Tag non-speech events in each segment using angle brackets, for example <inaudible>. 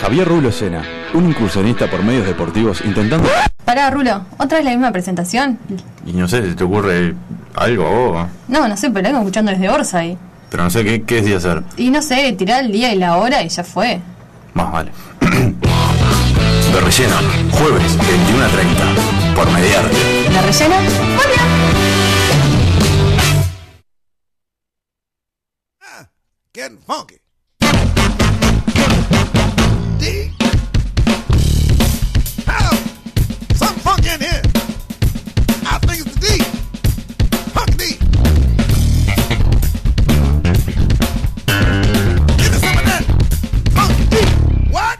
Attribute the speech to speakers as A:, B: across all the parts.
A: Javier Rulo Sena, un incursionista por medios deportivos intentando...
B: Pará, Rulo, ¿otra es la misma presentación?
C: Y no sé, si te ocurre algo a vos?
B: No, no sé, pero la vengo escuchando desde Orsa y,
C: Pero no sé qué, qué es de hacer.
B: y no sé, tirar el día y la hora y ya fue.
C: Más vale.
A: <clears throat>
C: De relleno, jueves 21 a 30, por Mediarte.
B: ¿La rellena? ¡Hola!
D: Getting funky. Some funk in here. I think it's the D. Funk D. Give me some of that. Funk D. What?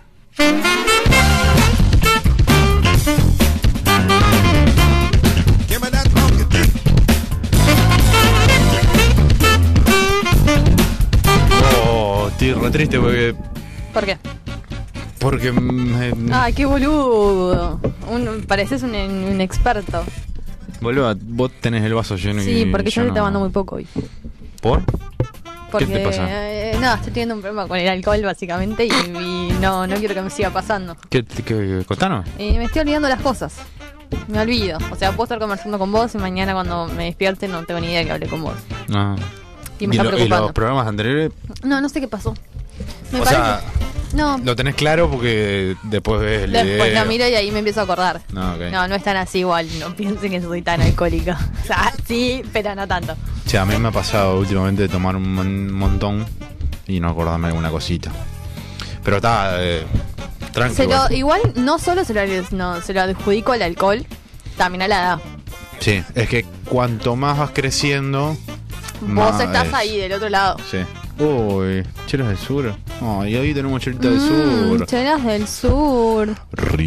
D: Give me that funk D.
E: Oh, estoy re triste porque.
F: ¿Por qué?
E: Porque. mm, eh,
F: Ay, qué boludo. Un, pareces un, un experto.
E: Boluda, vos tenés el vaso lleno y.
F: Sí, porque yo
E: no-
F: estoy tomando muy poco hoy.
E: ¿Por?
F: Porque,
E: te pasa?
F: eh, nada, estoy teniendo un problema con el alcohol básicamente y, y no, no quiero que me siga pasando.
E: ¿Qué, qué, qué- contano?
F: Y me estoy olvidando las cosas. Me olvido. O sea, puedo estar conversando con vos y mañana cuando me despierte no tengo ni idea que hablé con vos.
E: No.
F: Y me está
E: lo- los
F: preocupando.
E: programas anteriores,
F: No, no sé qué pasó. Me
E: o
F: parece.
E: sea,
F: no,
E: lo tenés claro porque después ves el
F: después
E: video.
F: lo miro y ahí me empiezo a acordar.
E: No, ok.
F: No, no es tan así igual. No piensen que soy tan alcohólica. <laughs> O sea, sí, pero no tanto.
E: Che, a mí me ha pasado últimamente de tomar un mon- montón y no acordarme de alguna cosita. Pero está, eh, tranquilo.
F: Se lo, igual no solo se lo, no, se lo adjudico al alcohol, también a la edad.
E: Sí, es que cuanto más vas creciendo...
F: Vos
E: más
F: estás
E: es-
F: ahí del otro lado.
E: Sí. Uy, chelas del sur. Ay, hoy tenemos chelitas del
F: Mm,
E: sur.
F: chelas del sur.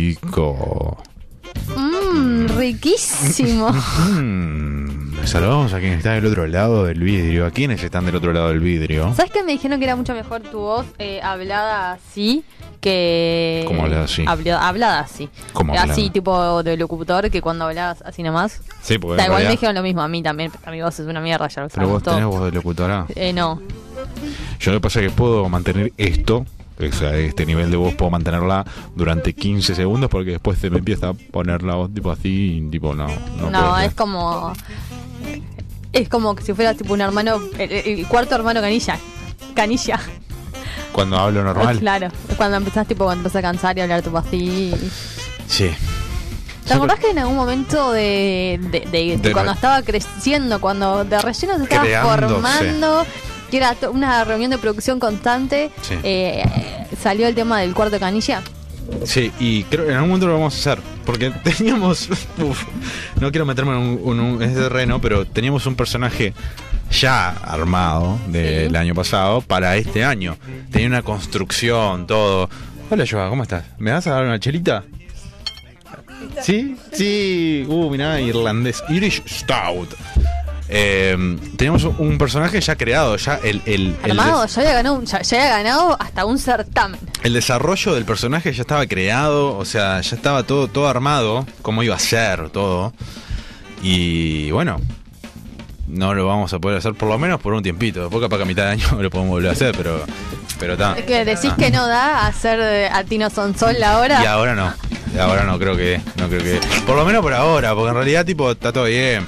E: Rico.
F: Mmm,
E: <laughs>
F: riquísimo.
E: Mm, saludamos a quien está del otro lado del vidrio. ¿A quiénes están del otro lado del vidrio?
F: ¿Sabes que me dijeron que era mucho mejor tu voz eh, hablada así que.
E: ¿Cómo hablada así?
F: Habla- hablada así.
E: ¿Cómo
F: Eh, Así
E: hablada?
F: tipo de locutor que cuando hablabas así nomás.
E: Sí, porque...
F: Da
E: en
F: igual me
E: realidad-
F: dijeron lo mismo a mí también. pero Mi voz es una mierda, ya lo
E: Pero
F: sabemos
E: vos
F: todo.
E: tenés voz de locutora.
F: Eh, no.
E: Yo lo que pasa es que puedo mantener esto, o sea, este nivel de voz puedo mantenerla durante 15 segundos porque después se me empieza a poner la voz tipo así, y, tipo no.
F: No,
E: No, puedo
F: es
E: hacer.
F: como. Es como que si fuera tipo un hermano. El, el cuarto hermano canilla. Canilla.
E: cuando hablo
F: <laughs>
E: normal.
F: Claro. Es cuando empezás tipo cuando empezás a cansar y hablar tipo así.
E: Sí.
F: ¿Te acordás que en algún momento de, de- de-
E: De
F: cuando
E: re-
F: estaba creciendo, cuando de relleno se estaba
E: Creándose.
F: formando, que era to- una reunión de producción constante,
E: Sí.
F: eh, salió el tema del cuarto canilla?
E: Sí, y creo que en algún momento lo vamos a hacer. Porque <laughs> teníamos. uf, no quiero meterme en un, en un- ese terreno, pero teníamos un personaje ya armado del
F: Sí.
E: año pasado para este año. Tenía una construcción, todo. Hola, Joa, ¿cómo estás? ¿Me vas a dar una chelita? ¿Sí? Sí. Uh, mirá, irlandés. Irish Stout. Eh, teníamos un- un personaje ya creado, ya el. el, el
F: Armado,
E: des-
F: ya había ganado, un- ya, ya había ganado hasta un certamen.
E: el desarrollo del personaje ya estaba creado, o sea, ya estaba todo, todo armado, cómo iba a ser todo. Y bueno, no lo vamos a poder hacer por lo menos por un tiempito. Después capaz que a mitad de año <laughs> lo podemos volver a hacer, pero pero está.
F: Que decís que no da hacer eh, a Tino Sonsol ahora.
E: Ah. Y ahora no. Y ahora no creo que no creo que. Por lo menos por ahora, porque en realidad tipo está todo bien.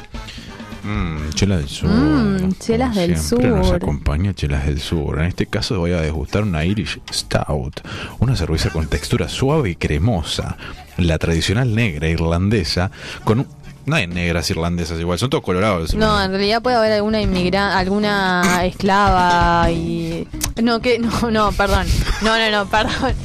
E: Mm, chelas del sur.
F: Mm, chelas
E: Como
F: del
E: siempre Nos
F: sur.
E: acompaña Chelas del Sur. En este caso voy a degustar una Irish Stout, una cerveza con textura suave y cremosa, la tradicional negra irlandesa con un- no hay negras irlandesas igual, son todos colorados. <laughs>
F: No, en realidad puede haber alguna inmigrante, alguna esclava y... No, que... No, no, perdón. No, no, no, perdón. <laughs>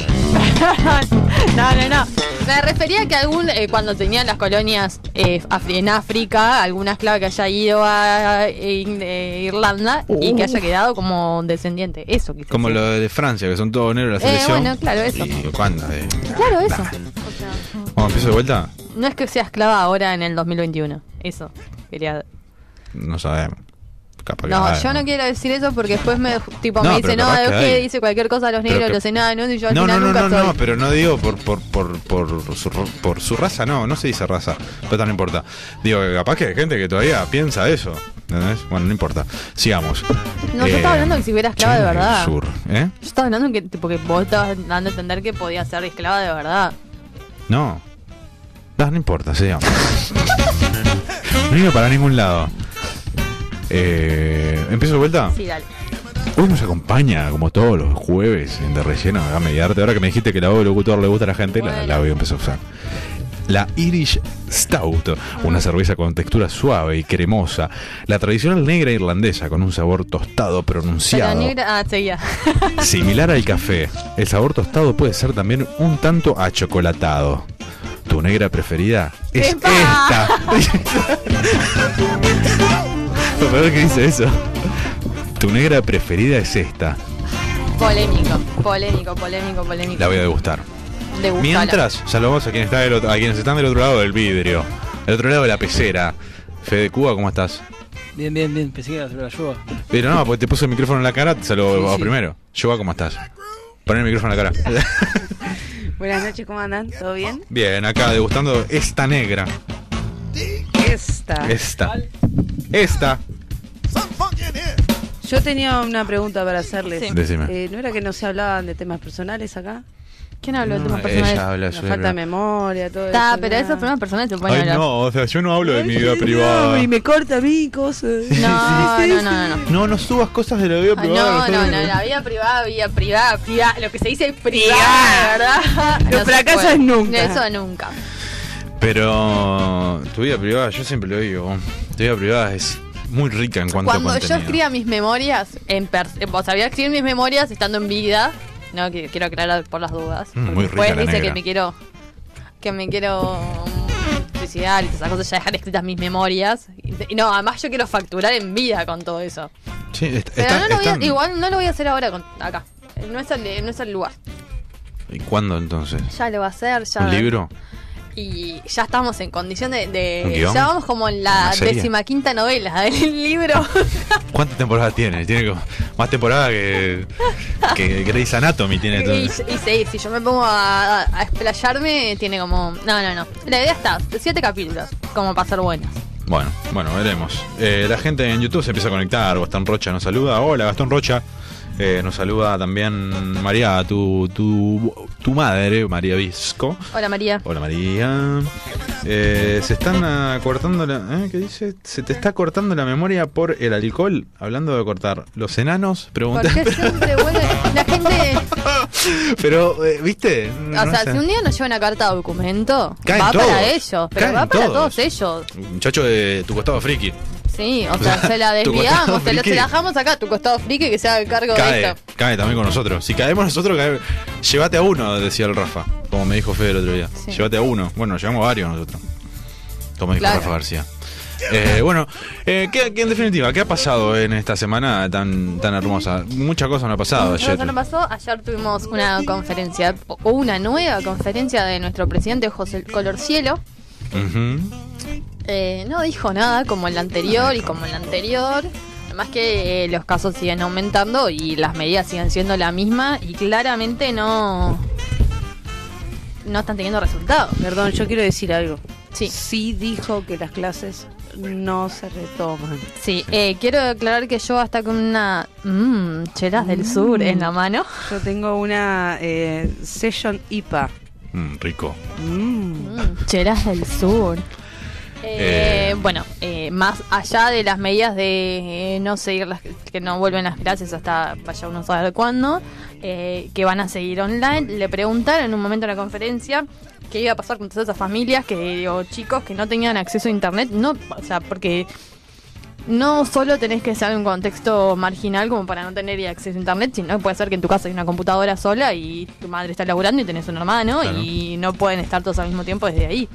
F: Perdón. No, no, no. Me refería a que algún... eh, cuando tenían las colonias eh, af- en África, alguna esclava que haya ido a eh, In- eh, Irlanda y que haya quedado como descendiente. Eso quise
E: Uh. Como
F: decir.
E: lo de Francia, que son todos negros la
F: Eh,
E: selección.
F: bueno, claro, eso.
E: ¿Y cuándo? Eh,
F: Claro, eso.
E: ¿Vamos, empiezo de vuelta?
F: No es que sea esclava ahora en el 2021. Eso. Quería...
E: No sabemos. Capaz que
F: No,
E: sabemos.
F: yo no quiero decir eso porque después me tipo
E: No,
F: me
E: pero
F: dice, no,
E: capaz que
F: Euge
E: hay".
F: dice cualquier cosa a los
E: Pero
F: negros,
E: que-
F: los enanos, y yo al
E: No, no,
F: final
E: no,
F: nunca
E: no,
F: soy.
E: no, pero no digo por, por, por, por, su, por su raza, no, no se dice raza, pero no importa. Digo que capaz que hay gente que todavía piensa eso. ¿Entendés? Bueno, no importa. Sigamos.
F: No, yo estaba hablando de que si fuera esclava de
E: China del
F: verdad.
E: Sur, ¿eh?
F: Yo estaba hablando que, porque vos estabas dando a entender que podía ser esclava de verdad.
E: No. No, no
F: <laughs>
E: importa, sigamos. no iba para ningún lado. Eh, ¿Empiezo de vuelta?
F: Sí, dale.
E: Hoy nos acompaña, como todos los jueves, en De Relleno, a mediarte. Ahora que me dijiste que la voz de locutor le gusta a la gente, la, la voy a empezar a usar. La Irish Stout, una cerveza con textura suave y cremosa. La tradicional negra irlandesa, con un sabor tostado
F: Pero
E: pronunciado.
F: negra, ah, seguía. <laughs>
E: Similar al café, el sabor tostado puede ser también un tanto achocolatado. Tu negra preferida es
F: ¡Epa! <laughs>
E: esta. Lo peor que dice eso. Tu negra preferida es esta.
F: polémico, polémico, polémico, polémico.
E: La voy a degustar.
F: Degustala.
E: Mientras, saludamos a, quien está del otro- a quienes están del otro lado del vidrio, del otro lado de la pecera. Fede Cuba, ¿cómo estás?
G: Bien, bien, bien, pensé que era sobre la lluvia.
E: Pero no, porque te puso el micrófono en la cara, te saludo
G: Sí,
E: vos
G: sí.
E: primero. Yoba, ¿cómo estás? Pon el micrófono en la cara. <laughs>
H: Buenas noches, ¿cómo andan? ¿Todo bien?
E: Bien, acá degustando esta negra.
H: Esta.
E: Esta. Esta.
D: Something funky in here.
H: Yo tenía una pregunta para hacerles.
F: Sí.
E: Decime.
H: Eh, ¿No era que no se hablaban de temas personales acá?
F: ¿Quién habló de
E: No,
F: temas personales?
E: ella habla
H: Nos
E: sobre-
H: falta memoria, todo
F: Está,
H: eso.
F: pero
H: nada.
F: esos problemas personales se pueden
E: Ay,
F: hablar.
E: no, o sea, yo no hablo de mi vida
H: Ay,
E: privada.
H: no, y me corta a mí cosas.
F: <laughs> No, no, no, no, no.
E: No, no subas cosas de la vida
F: Ay,
E: privada.
F: No, no, no, la vida privada, vida privada, privada, lo que se dice privada, ¿verdad?
H: Los
F: se
H: fracasos
F: puede.
H: nunca.
F: Eso nunca.
E: Pero tu vida privada, yo siempre lo digo, tu vida privada es muy rica en cuanto
F: Cuando
E: a
F: yo
E: contenido.
F: escribía mis memorias, en pers- eh, o sea, voy a escribir mis memorias estando en vida, no que quiero aclarar por las dudas.
E: Mm,
F: porque
E: muy rica
F: después
E: la
F: dice que
E: negra.
F: me quiero que me quiero mm, suicidar y todas esas cosas, ya dejar escritas mis memorias. Y, y no, además yo quiero facturar en vida con todo eso.
E: Sí, est-
F: Pero
E: están-
F: no lo voy a-
E: están-
F: igual no lo voy a hacer ahora con- acá. No es, el, no es el lugar.
E: ¿Y cuándo entonces?
F: Ya lo va a hacer, ya.
E: ¿Un libro?
F: Y ya estamos en condición de. de-
E: ¿Un guión?
F: ya vamos como en la
E: ¿Una serie?
F: decimaquinta novela del
E: <laughs>
F: libro.
E: ¿Cuántas temporadas tiene? Tiene como- más temporada que, que Grey's Anatomy tiene todo.
F: y, y sí, si yo me pongo a, a explayarme, tiene como. No, no, no. La idea está: siete capítulos, como para ser buenas.
E: Bueno, bueno, veremos. Eh, la gente en YouTube se empieza a conectar. Gastón Rocha nos saluda. Hola, Gastón Rocha. Eh, nos saluda también María, tu, tu, tu madre, María Visco.
F: Hola María.
E: Hola María. Eh, se están ah, cortando la. ¿eh? ¿Qué dice? Se te está cortando la memoria por el alcohol. Hablando de cortar. Los enanos
F: ¿Por
E: preguntan.
F: qué siempre vuelve? La
E: <laughs>
F: gente.
E: Pero, eh, ¿viste?
F: O
E: No
F: sea,
E: sé.
F: si un día nos lleva una carta de documento,
E: Caen
F: va
E: todos.
F: para ellos. Pero
E: Caen
F: va para
E: todos.
F: todos, ellos.
E: Muchacho de tu costado friki.
F: Sí, o
E: <laughs>
F: sea, se la
E: Tu costado
F: desviamos, se la,
E: friki.
F: se la dejamos acá, a tu costado friki que se haga cargo de
E: Cae,
F: esto.
E: cae también con nosotros. Si caemos nosotros, cae- llévate a uno, decía el Rafa. Como me dijo Fede el otro día.
F: Sí.
E: Llévate a uno. Bueno, llevamos varios nosotros. Como dijo
F: Claro.
E: Rafa García. Eh, bueno, eh, ¿qué- qué- en definitiva, ¿qué ha pasado en esta semana tan, tan hermosa? Mucha cosa no ha pasado
F: Lo
E: ayer.
F: que nos pasó, ayer tuvimos una conferencia, o una nueva conferencia de nuestro presidente José Colorcielo.
E: Ujú.
F: Eh, no dijo nada como el anterior y como el anterior. Además que eh, los casos siguen aumentando y las medidas siguen siendo la misma y claramente no no están teniendo resultados.
H: Perdón, yo quiero decir algo.
F: Sí.
H: Sí dijo que las clases no se retoman.
F: Sí, eh, quiero aclarar que yo hasta con una mmm, chelas del sur en la mano.
H: Yo tengo una eh, session IPA.
E: Mm, rico.
H: Mm.
F: Mm, Cheras del sur. Eh,
E: Eh.
F: Bueno, eh, más allá de las medidas de eh, no seguir las que no vuelven las clases hasta vaya uno a saber cuándo, eh, que van a seguir online, le preguntaron en un momento en la conferencia qué iba a pasar con todas esas familias que o chicos que no tenían acceso a internet, no, o sea, porque no solo tenés que ser en un contexto marginal como para no tener acceso a internet, sino que puede ser que en tu casa hay una computadora sola y tu madre está laburando y tenés un hermano
E: Claro.
F: y no pueden estar todos al mismo tiempo desde ahí.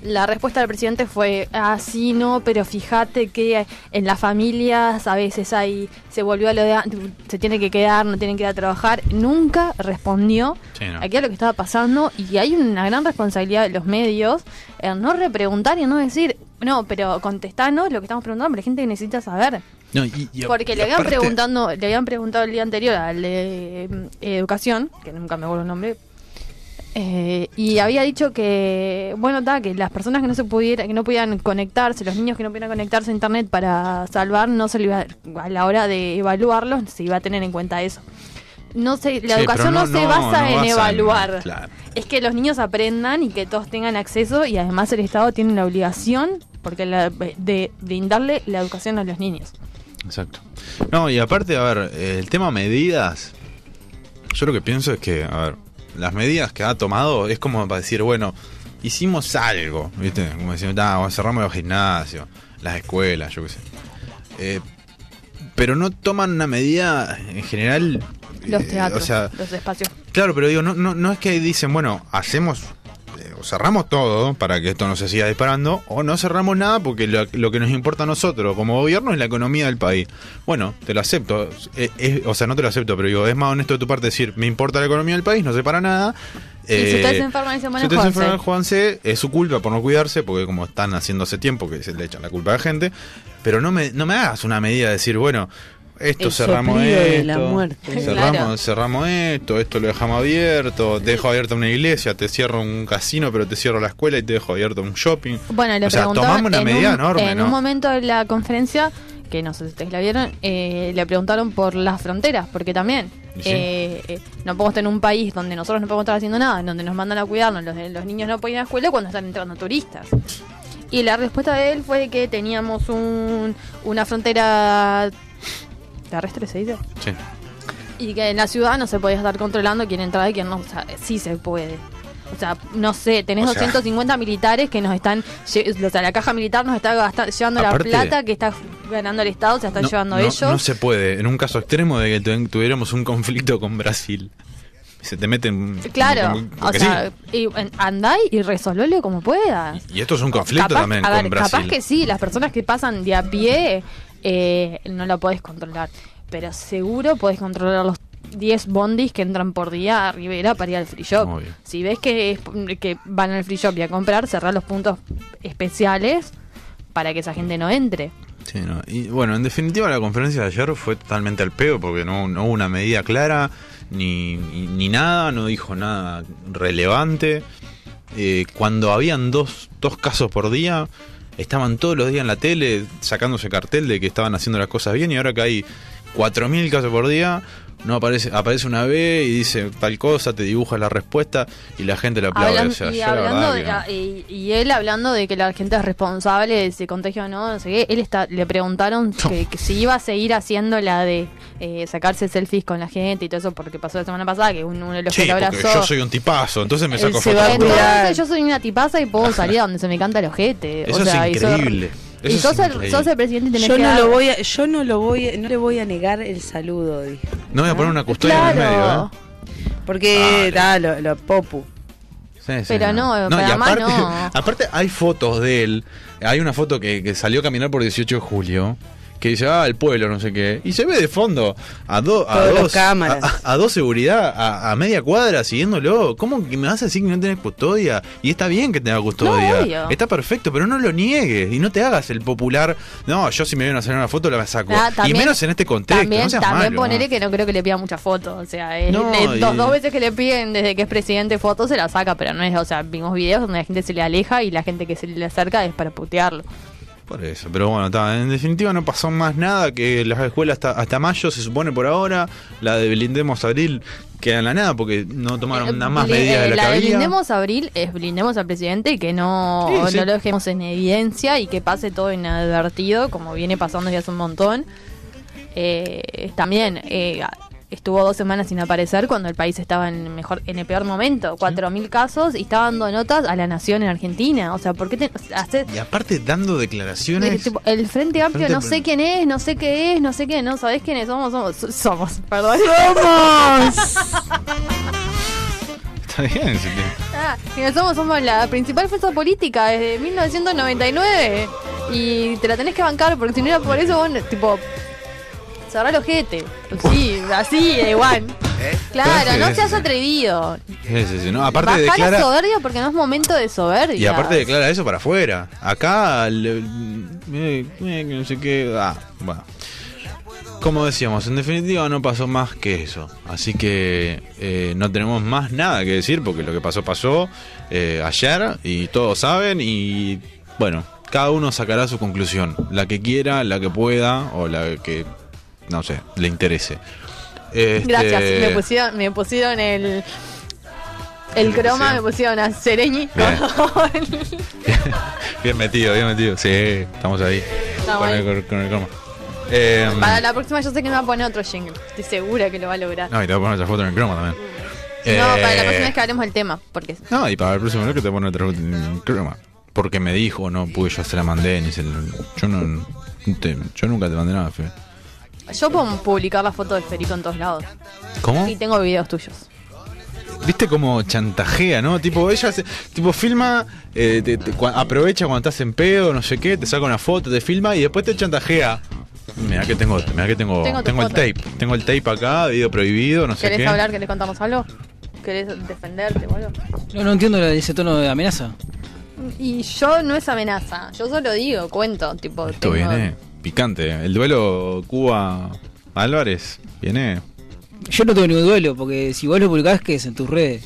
F: La respuesta del presidente fue, ah, sí, no, pero fíjate que en las familias a veces hay, se volvió a lo de, an- se tiene que quedar, no tienen que ir a trabajar. Nunca respondió
E: Sí, no.
F: aquí a lo que estaba pasando y hay una gran responsabilidad de los medios en no repreguntar y en no decir, no, pero contestanos lo que estamos preguntando, pero hay gente que necesita saber.
E: No, y- y a-
F: Porque
E: y
F: le habían,
E: aparte-
F: preguntando, mm, le habían preguntado el día anterior al de eh, Educación, que nunca me acuerdo el nombre, Eh, y había dicho que, bueno, ta, que las personas que no se pudieran, que no pudieran conectarse, los niños que no pudieran conectarse a internet para salvar, no se le iba a, a la hora de evaluarlos se iba a tener en cuenta eso. No se, la
E: Sí,
F: educación no,
E: pero no-
F: se
E: no-
F: basa
E: no
F: en
E: basa en-
F: evaluar.
E: claro.
F: Es que los niños aprendan y que todos tengan acceso y además el Estado tiene la obligación porque la- de brindarle la educación a los niños.
E: Exacto. No, y aparte, a ver, eh, el tema medidas, yo lo que pienso es que, a ver, las medidas que ha tomado es como para decir, bueno, hicimos algo, ¿viste? Como diciendo, "Ah, bueno, cerramos los gimnasios, las escuelas, yo qué sé. Eh, pero no toman una medida en general.
F: Los
E: eh,
F: teatros,
E: o sea,
F: los espacios.
E: Claro, pero digo, no, no, no es que dicen, bueno, hacemos, eh, o cerramos todo para que esto no se siga disparando, o no cerramos nada porque lo, lo que nos importa a nosotros como gobierno es la economía del país. Bueno, te lo acepto, eh, es- o sea, no te lo acepto, pero digo, es más honesto de tu parte decir, me importa la economía del país, no sé para nada.
F: si ustedes se enferman, dicen, bueno,
E: eh, si ustedes se
F: Juanse.
E: enferman, Juanse, es su culpa por no cuidarse, porque como están haciendo hace tiempo que se le echan la culpa a la gente, pero no me, no me hagas una medida de decir, bueno, esto
H: El
E: cerramos
H: soplido
E: esto,
H: de la muerte.
E: cerramos,
F: Claro.
E: cerramos esto, esto lo dejamos abierto, te dejo abierta una iglesia, te cierro un casino, pero te cierro la escuela y te dejo abierto un shopping.
F: Bueno, le
E: o sea,
F: preguntaban
E: tomamos una
F: en
E: medida
F: un,
E: enorme,
F: en
E: ¿no?
F: un momento de la conferencia, que no sé si ustedes la vieron, eh, le preguntaron por las fronteras, porque también
E: Y sí.
F: eh, eh, no podemos tener un país donde nosotros no podemos estar haciendo nada, en donde nos mandan a cuidarnos, los, eh, los niños no pueden ir a la escuela cuando están entrando turistas. Y la respuesta de él fue que teníamos un, una frontera terrestre, se dice,
E: Sí.
F: y que en la ciudad no se podía estar controlando quién entraba y quién no. O sea, sí se puede. O sea, no sé, tenés
E: O sea-
F: 250 militares que nos están. lle- O sea, la caja militar nos está gasta- llevando
E: Aparte-
F: la plata que está ganando el Estado, se la están
E: No,
F: llevando
E: no-
F: ellos.
E: No se puede, en un caso extremo de que tu- tuviéramos un conflicto con Brasil. Se te meten.
F: Claro,
E: como- como
F: o
E: que
F: sea, y- en- andá y resolvelo como puedas.
E: sí. Y esto es un conflicto
F: Capaz-
E: también
F: a
E: con
F: ver,
E: Brasil.
F: Capaz que sí, las personas que pasan de a pie eh, no la podés controlar. Pero seguro podés controlar los 10 bondis que entran por día a Rivera para ir al free shop.
E: Obvio.
F: Si ves que, es- que van al free shop y a comprar, cerrar los puntos especiales para que esa gente no entre.
E: Sí, no. Y bueno, en definitiva la conferencia de ayer fue totalmente al pedo porque no, no hubo una medida clara ni, ni, ni nada, no dijo nada relevante. Eh, cuando habían dos, dos casos por día, estaban todos los días en la tele sacándose cartel de que estaban haciendo las cosas bien y ahora que hay 4.000 casos por día, no aparece aparece una vez y dice tal cosa, te dibuja la respuesta y la gente la aplaude.
F: Hablan-
E: O sea,
F: y,
E: yo la
F: hablando
E: verdad
F: de
E: que no.
F: la- y- y él hablando de que la gente es responsable de si contagia o no, no sé qué, él está, le preguntaron que, que si iba a seguir haciendo la de eh, sacarse selfies con la gente y todo eso, porque pasó la semana pasada que uno, uno de los
E: Sí,
F: que lo
E: porque
F: abrazó.
E: yo soy un tipazo, entonces me
H: Él
E: saco
H: se va a
E: fotos.
H: cuidar.
F: Entonces yo soy una tipaza y puedo salir a donde se me canta el ojete.
E: Eso
F: o
E: es
F: sea, y sos-
E: increíble.
F: Y,
E: Eso es
F: sos,
E: increíble.
F: El, sos el presidente y tenés
H: Yo
F: que
H: no
F: dar-
H: lo voy a, yo no lo voy, a- no le voy a negar el saludo, dije.
E: No voy a poner una custodia en el medio,
F: Claro.
E: ¿eh?
H: Porque da, lo, lo popu.
E: Sí, sí,
F: Pero no, para más
E: aparte,
F: no.
E: <laughs> aparte hay fotos de él. Hay una foto que, que salió a caminar por 18 de julio. Que dice, ah, el pueblo, no sé qué. Y se ve de fondo a, do- a
H: Todos los
E: dos
H: cámaras.
E: A, a dos seguridad, a, a media cuadra, siguiéndolo. ¿Cómo que me vas a decir que no tenés custodia? Y está bien que tenga
F: No,
E: custodia.
F: obvio.
E: está perfecto, pero no lo niegues. Y no te hagas el popular. No, yo si me vienen a hacer una foto la saco.
F: Ah,
E: y menos en este contexto.
F: También,
E: no seas
F: también
E: malo.
F: ponele que no creo que le pida muchas fotos. O sea, es-
E: No,
F: le-
E: y-
F: dos, dos veces que le piden desde que es presidente fotos se la saca, pero no es. O sea, vimos videos donde la gente se le aleja y la gente que se le acerca es para putearlo.
E: Por eso, pero bueno, ta, en definitiva no pasó más nada que las escuelas hasta, hasta mayo, se supone por ahora, la de Blindemos Abril queda en la nada porque no tomaron
F: Eh,
E: nada más
F: bli-
E: medida de
F: eh,
E: la,
F: de
E: que había.
F: blindemos a abril es blindemos al presidente y que no,
E: Sí, sí.
F: no lo dejemos en evidencia y que pase todo inadvertido, como viene pasando ya hace un montón. Eh, también eh, estuvo dos semanas sin aparecer cuando el país estaba en el mejor en el peor momento, 4.000 casos y estaba dando notas a la nación en Argentina. O sea, ¿por qué te, hace-
E: Y aparte dando
F: eh,
E: declaraciones...
F: tipo, el Frente Amplio
E: Frente
F: no
E: Pro-
F: sé quién es, no sé qué es, no sé qué, no sabés quiénes somos, somos, somos,
E: <laughs>
F: perdón.
E: <laughs> Está bien, sí, te-
F: Ah, que somos, somos la principal fuerza política desde 1999 y te la tenés que bancar porque si no era por eso vos, no- tipo, cerrar los ojete. Sí, así, de igual.
E: ¿Eh?
F: Claro,
E: Entonces,
F: no seas
E: sí.
F: atrevido.
E: sí, sí, sí, no, aparte
F: Bajar la
E: declara...
F: soberbia porque no es momento de soberbia.
E: Y aparte declara eso para afuera. Acá... le- eh, eh, que no sé qué... Ah, bueno. Como decíamos, en definitiva no pasó más que eso. Así que eh, no tenemos más nada que decir porque lo que pasó pasó eh, ayer y todos saben y bueno, cada uno sacará su conclusión. La que quiera, la que pueda o la que, no sé, le interese. Este,
F: Gracias. Me pusieron, me pusieron el. El
E: ¿Qué te
F: croma
E: pusieron?
F: me pusieron a Sereñi <laughs>
E: Bien.
F: con-
E: bien metido, bien metido. Sí, estamos ahí.
F: Estamos
E: con,
F: ahí.
E: El, con el croma. Eh,
F: Para la próxima yo sé que me va a poner otro jingle. Estoy segura que lo va a lograr.
E: No, y te voy a poner otra foto en el croma también.
F: No, para la
E: Eh,
F: próxima vez que hablemos del tema. Porque
E: No, y para el próximo bloque te pone otra foto en el croma. Porque me dijo, no pude, yo se la mandé, ni se la- yo no te- yo nunca te mandé nada, Fe.
F: yo puedo publicar la foto de Federico en todos lados.
E: ¿Cómo?
F: Y tengo videos tuyos.
E: ¿Viste cómo chantajea, no? Tipo, ella hace- tipo filma, eh, te- te- cua- aprovecha cuando estás en pedo, no sé qué, te saca una foto, te filma y después te chantajea. Mira que tengo, mira que tengo,
F: Tengo
E: tengo,
F: tu
E: el
F: foto.
E: tape, tengo el tape acá, video prohibido, no sé
F: ¿Querés
E: qué.
F: hablar? ¿Querés contarnos algo? ¿Querés defenderte, boludo?
G: No, no entiendo la- ese tono de amenaza.
F: Y yo no es amenaza. Yo solo digo, cuento. Tipo,
E: Esto
F: tengo-
E: viene picante. El duelo Cuba Álvarez viene.
G: Yo no tengo ningún duelo, porque si vos lo publicás, ¿qué es? En tus redes.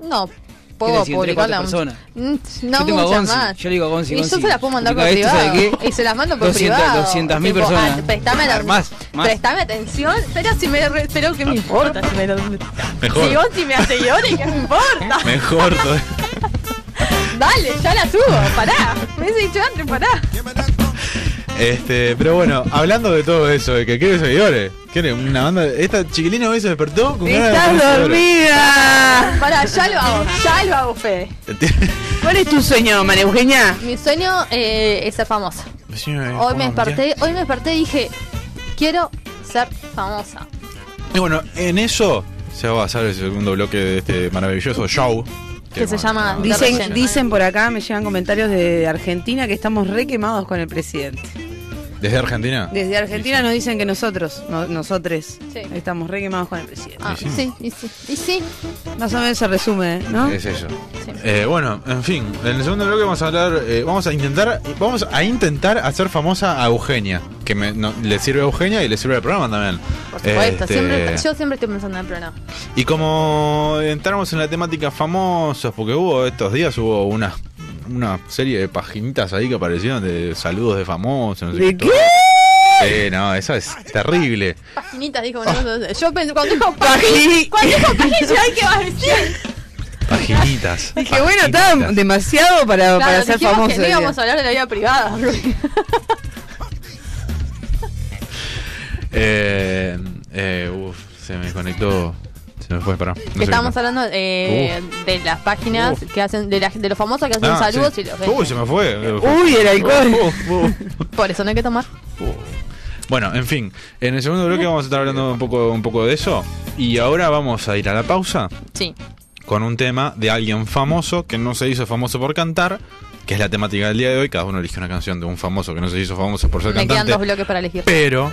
F: No,
G: Quiere
F: puedo
G: decir, entre
F: publicarla.
G: cuatro personas.
F: Mm, No
G: Yo tengo a
F: muchas
G: Gonzi,
F: más.
G: yo le digo a Gonzi,
F: Y
G: Gonzi,
F: yo se las puedo mandar por
G: publica esto,
F: privado.
G: ¿sabe qué?
F: Y se las mando por
G: 200,
F: privado.
G: 200.000
F: Tipo,
G: personas.
F: ah, prestame, la-
G: Más, más.
F: prestame atención. Pero si me. re- Pero que me importa. Si, me, lo-
E: Mejor.
F: si Gonzi me hace llorar, ¿qué me importa?
E: Mejor. todavía.
F: Dale, ya la subo. Pará. Me he dicho antes, pará.
E: Este, pero bueno, hablando de todo eso, de que quiere seguidores, quiere una banda. Esta chiquilina hoy se despertó con ganas de
H: ¡Estás
E: poner
H: dormida!
F: Pará, ya lo hago. Ya lo hago, Fede.
E: seguidores.
H: ¿Cuál es tu sueño, María Eugenia?
F: Mi sueño eh, es ser famosa. Hoy me desperté, hoy me desperté y dije, quiero ser famosa.
E: Y bueno, en eso se va a basar el segundo bloque de este maravilloso show.
F: Que se llama
E: bueno,
F: Dice-
H: Dicen,
F: rellena.
H: dicen por acá, me llegan comentarios de Argentina que estamos re quemados con el presidente.
E: Desde Argentina.
H: Desde Argentina nos dicen que nosotros, no- nosotres,
F: Sí.
H: estamos re quemados con el presidente.
F: Ah,
E: sí.
F: sí, y sí, y sí.
H: Más o menos se resume, ¿no?
E: Es eso. Eh, bueno, en fin, en el segundo bloque vamos a hablar, eh, vamos a intentar, vamos a intentar hacer famosa a Eugenia, que me- no- le sirve a Eugenia y le sirve al programa también.
F: Por supuesto,
E: Este,
F: siempre, yo siempre estoy pensando en el programa.
E: Y como entramos en la temática famosos, porque hubo estos días hubo una, una serie de paginitas ahí que aparecieron de saludos de famosos. No sé
H: ¿De
E: todo. Sí, no, eso es terrible.
F: Paginitas, dijo. no, no, no. Yo pensé, cuando dijo pagin, cuando dijo pagin, yo, ay,
E: <laughs>
F: ¿qué vas a decir?
E: Paginitas.
H: <laughs> Dije, bueno, está
E: paginitas.
H: demasiado para, para
F: Claro,
H: ser
F: dijimos
H: famoso.
F: que no
H: diría.
F: íbamos a hablar de la vida privada. <laughs>
E: Eh, eh, uf, se me conectó. Se me fue, pará. No sé
F: Que
E: qué
F: estábamos
E: fue.
F: hablando eh, de las páginas que hacen, de, la- de los famosos que hacen
E: Ah,
F: saludos
E: sí.
F: y los
E: Uy, se me fue.
H: Uy, el alcohol.
E: Uf, uf.
F: Por eso no hay que tomar.
E: Bueno, en fin, en el segundo bloque vamos a estar hablando un poco, un poco de eso. Y ahora vamos a ir a la pausa
F: Sí.
E: con un tema de alguien famoso que no se hizo famoso por cantar, que es la temática del día de hoy. Cada uno elige una canción de un famoso que no se hizo famoso por ser
F: Me quedan
E: cantante.
F: dos bloques para elegir.
E: Pero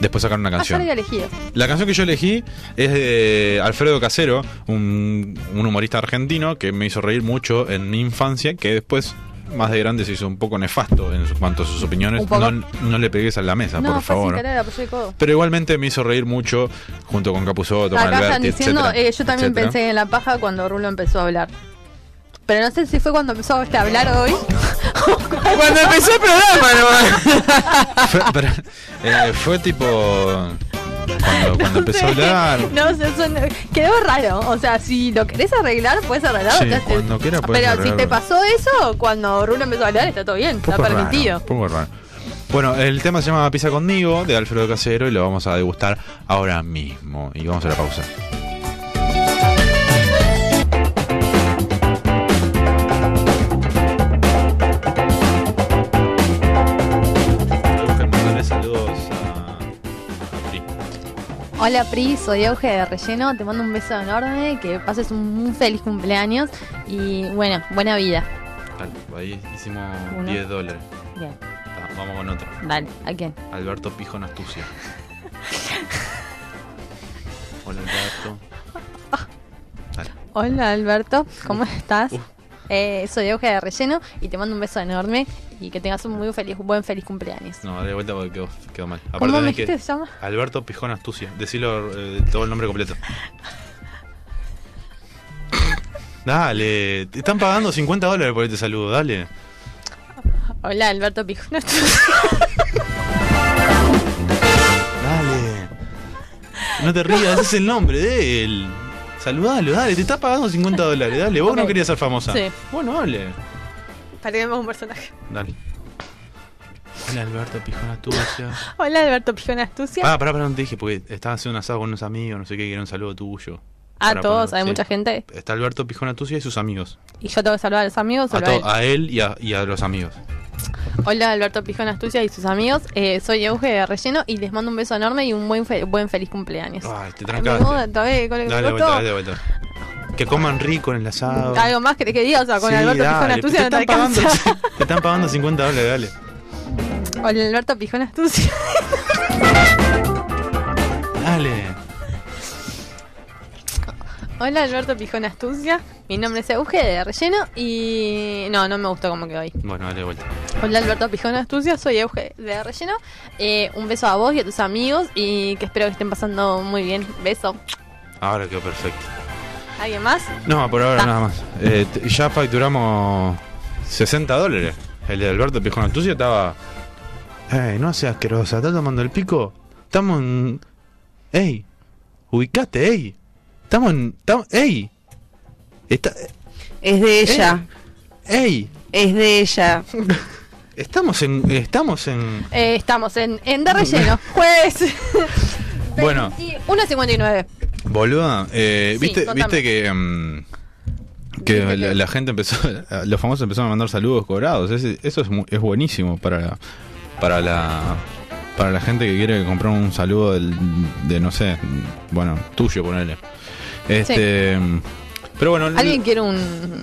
E: después sacaron una
F: Ah, yo
E: canción.
F: la había elegido.
E: La canción que yo elegí es de Alfredo Casero, un, un humorista argentino que me hizo reír mucho en mi infancia, que después, más de grande, se hizo un poco nefasto en su- cuanto a sus opiniones.
F: Un poco.
E: No, no le pegues a la mesa,
F: No,
E: Ah, por
F: fue sin
E: favor.
F: querer, apoyé el codo.
E: Pero igualmente me hizo reír mucho junto con Capuzoto, con
F: Acá están
E: Alberti,
F: diciendo,
E: etcétera,
F: eh, yo también
E: etcétera. <laughs>
F: pensé en la paja cuando Rulo empezó a hablar. Pero no sé si fue cuando empezó a hablar hoy.
H: Cuando empezó el programa, nomás.
F: <laughs>
E: Fue, pero, eh, fue tipo. Cuando, cuando
F: <laughs> No
E: empezó
F: sé,
E: a hablar.
F: No sé, eso no- quedó raro. O sea, si lo querés arreglar, puedes arreglarlo.
E: Sí,
F: o sea, te-
E: cuando quieras podés
F: Pero si
E: arreglarlo.
F: te pasó eso, cuando Rulo empezó a hablar, está todo bien, está
E: Poco raro,
F: permitido.
E: poco raro. Bueno, el tema se llama Pizza conmigo de Alfredo Casero y lo vamos a degustar ahora mismo. Y vamos a la pausa. saludos
F: Hola Pri, soy Euge de Relleno, te mando un beso enorme, que pases un, un feliz cumpleaños y bueno, buena vida.
E: Ahí hicimos
F: Uno.
E: 10 dólares.
F: Bien,
E: Ta, Vamos con otro.
F: dale, ¿a quién?
E: Alberto Pijo
F: <laughs>
E: Nastucia. Hola Alberto. Dale.
F: Hola Alberto, ¿cómo estás?
E: Uf.
F: Eh, soy Euge de Relleno y te mando un beso enorme y que tengas un muy feliz, buen feliz cumpleaños.
E: No, dale vuelta porque quedó, quedó mal. Aparte
F: ¿Cómo me
E: tenés
F: dijiste que se llama?
E: Alberto Pijón Astucia. Decilo eh, todo el nombre completo. Dale, te están pagando 50 dólares por este saludo, dale.
F: Hola, Alberto Pijón.
E: <laughs> Dale. No te rías, ese es el nombre de él. Saludalo, dale, te está pagando 50 dólares, dale. Vos no
F: Ok.
E: querías ser famosa.
F: Sí.
E: Bueno, dale.
F: Paremos un personaje.
E: Dale. Hola Alberto Pijón <laughs> Astucia.
F: Hola, Alberto Pijón Astucia.
E: Ah, pará, pará, no te dije, porque estaba haciendo un asado con unos amigos, no sé qué, que era un saludo tuyo.
F: a
E: Para
F: todos,
E: poner-
F: hay
E: sí.
F: mucha gente.
E: Está Alberto Pijón Astucia y sus amigos.
F: Y yo tengo que saludar a los amigos.
E: A, ah.
F: saludar
E: to- a él y a, y a los amigos.
F: Hola Alberto Pijón Astucia y sus amigos, Eh, soy Euge de Relleno y les mando un beso enorme y un buen fe- buen feliz cumpleaños.
E: Ay, te
F: Ay, me mudo,
E: trancaste.
F: todavía con el
E: Ah, Dale
F: voto.
E: vuelta, dale vuelta. Que coman rico en el asado.
F: Algo más que te quería, o sea, con
E: Sí,
F: Alberto Pijón
E: dale,
F: Astucia no te
E: te, están pagando,
F: alcanza.
E: <laughs> te
F: <laughs>
E: están pagando 50 dólares, dale.
F: Hola Alberto Pijón Astucia.
E: Dale.
F: Hola Alberto Pijón Astucia, mi nombre es Euge de Relleno y... No, no me gustó como que hoy.
E: Bueno, dale vuelta.
F: Hola Alberto Pijón Astucia, soy Euge de Relleno. Eh, un beso a vos y a tus amigos y que espero que estén pasando muy bien. Beso.
E: Ahora quedó perfecto.
F: ¿Alguien más?
E: No, por ahora
F: Ta.
E: nada más. Eh, t- ya facturamos 60 dólares. El de Alberto Pijón Astucia estaba. ¡Ey, no seas asquerosa! ¿Estás tomando el pico? Estamos en. ¡Ey! ¡Ubicate, ey! Estamos en. tam- ¡Ey! Está-
H: Es
E: ¿Eh?
H: de ella.
E: ¡Ey!
H: Es de ella.
E: Estamos en. Estamos en.
F: Eh, estamos en, en De Relleno, jueves.
E: Bueno.
F: 1.59.
E: Boluda, eh,
F: Sí,
E: viste,
F: contame.
E: viste que, mm, que
F: Dime
E: la,
F: que-
E: la gente empezó, los famosos empezaron a mandar saludos cobrados. Es- eso es, mu- es buenísimo para la, para la para la gente que quiere comprar un saludo del- de no sé, bueno, tuyo ponele. Este, pero bueno,
F: ¿Alguien quiere un...?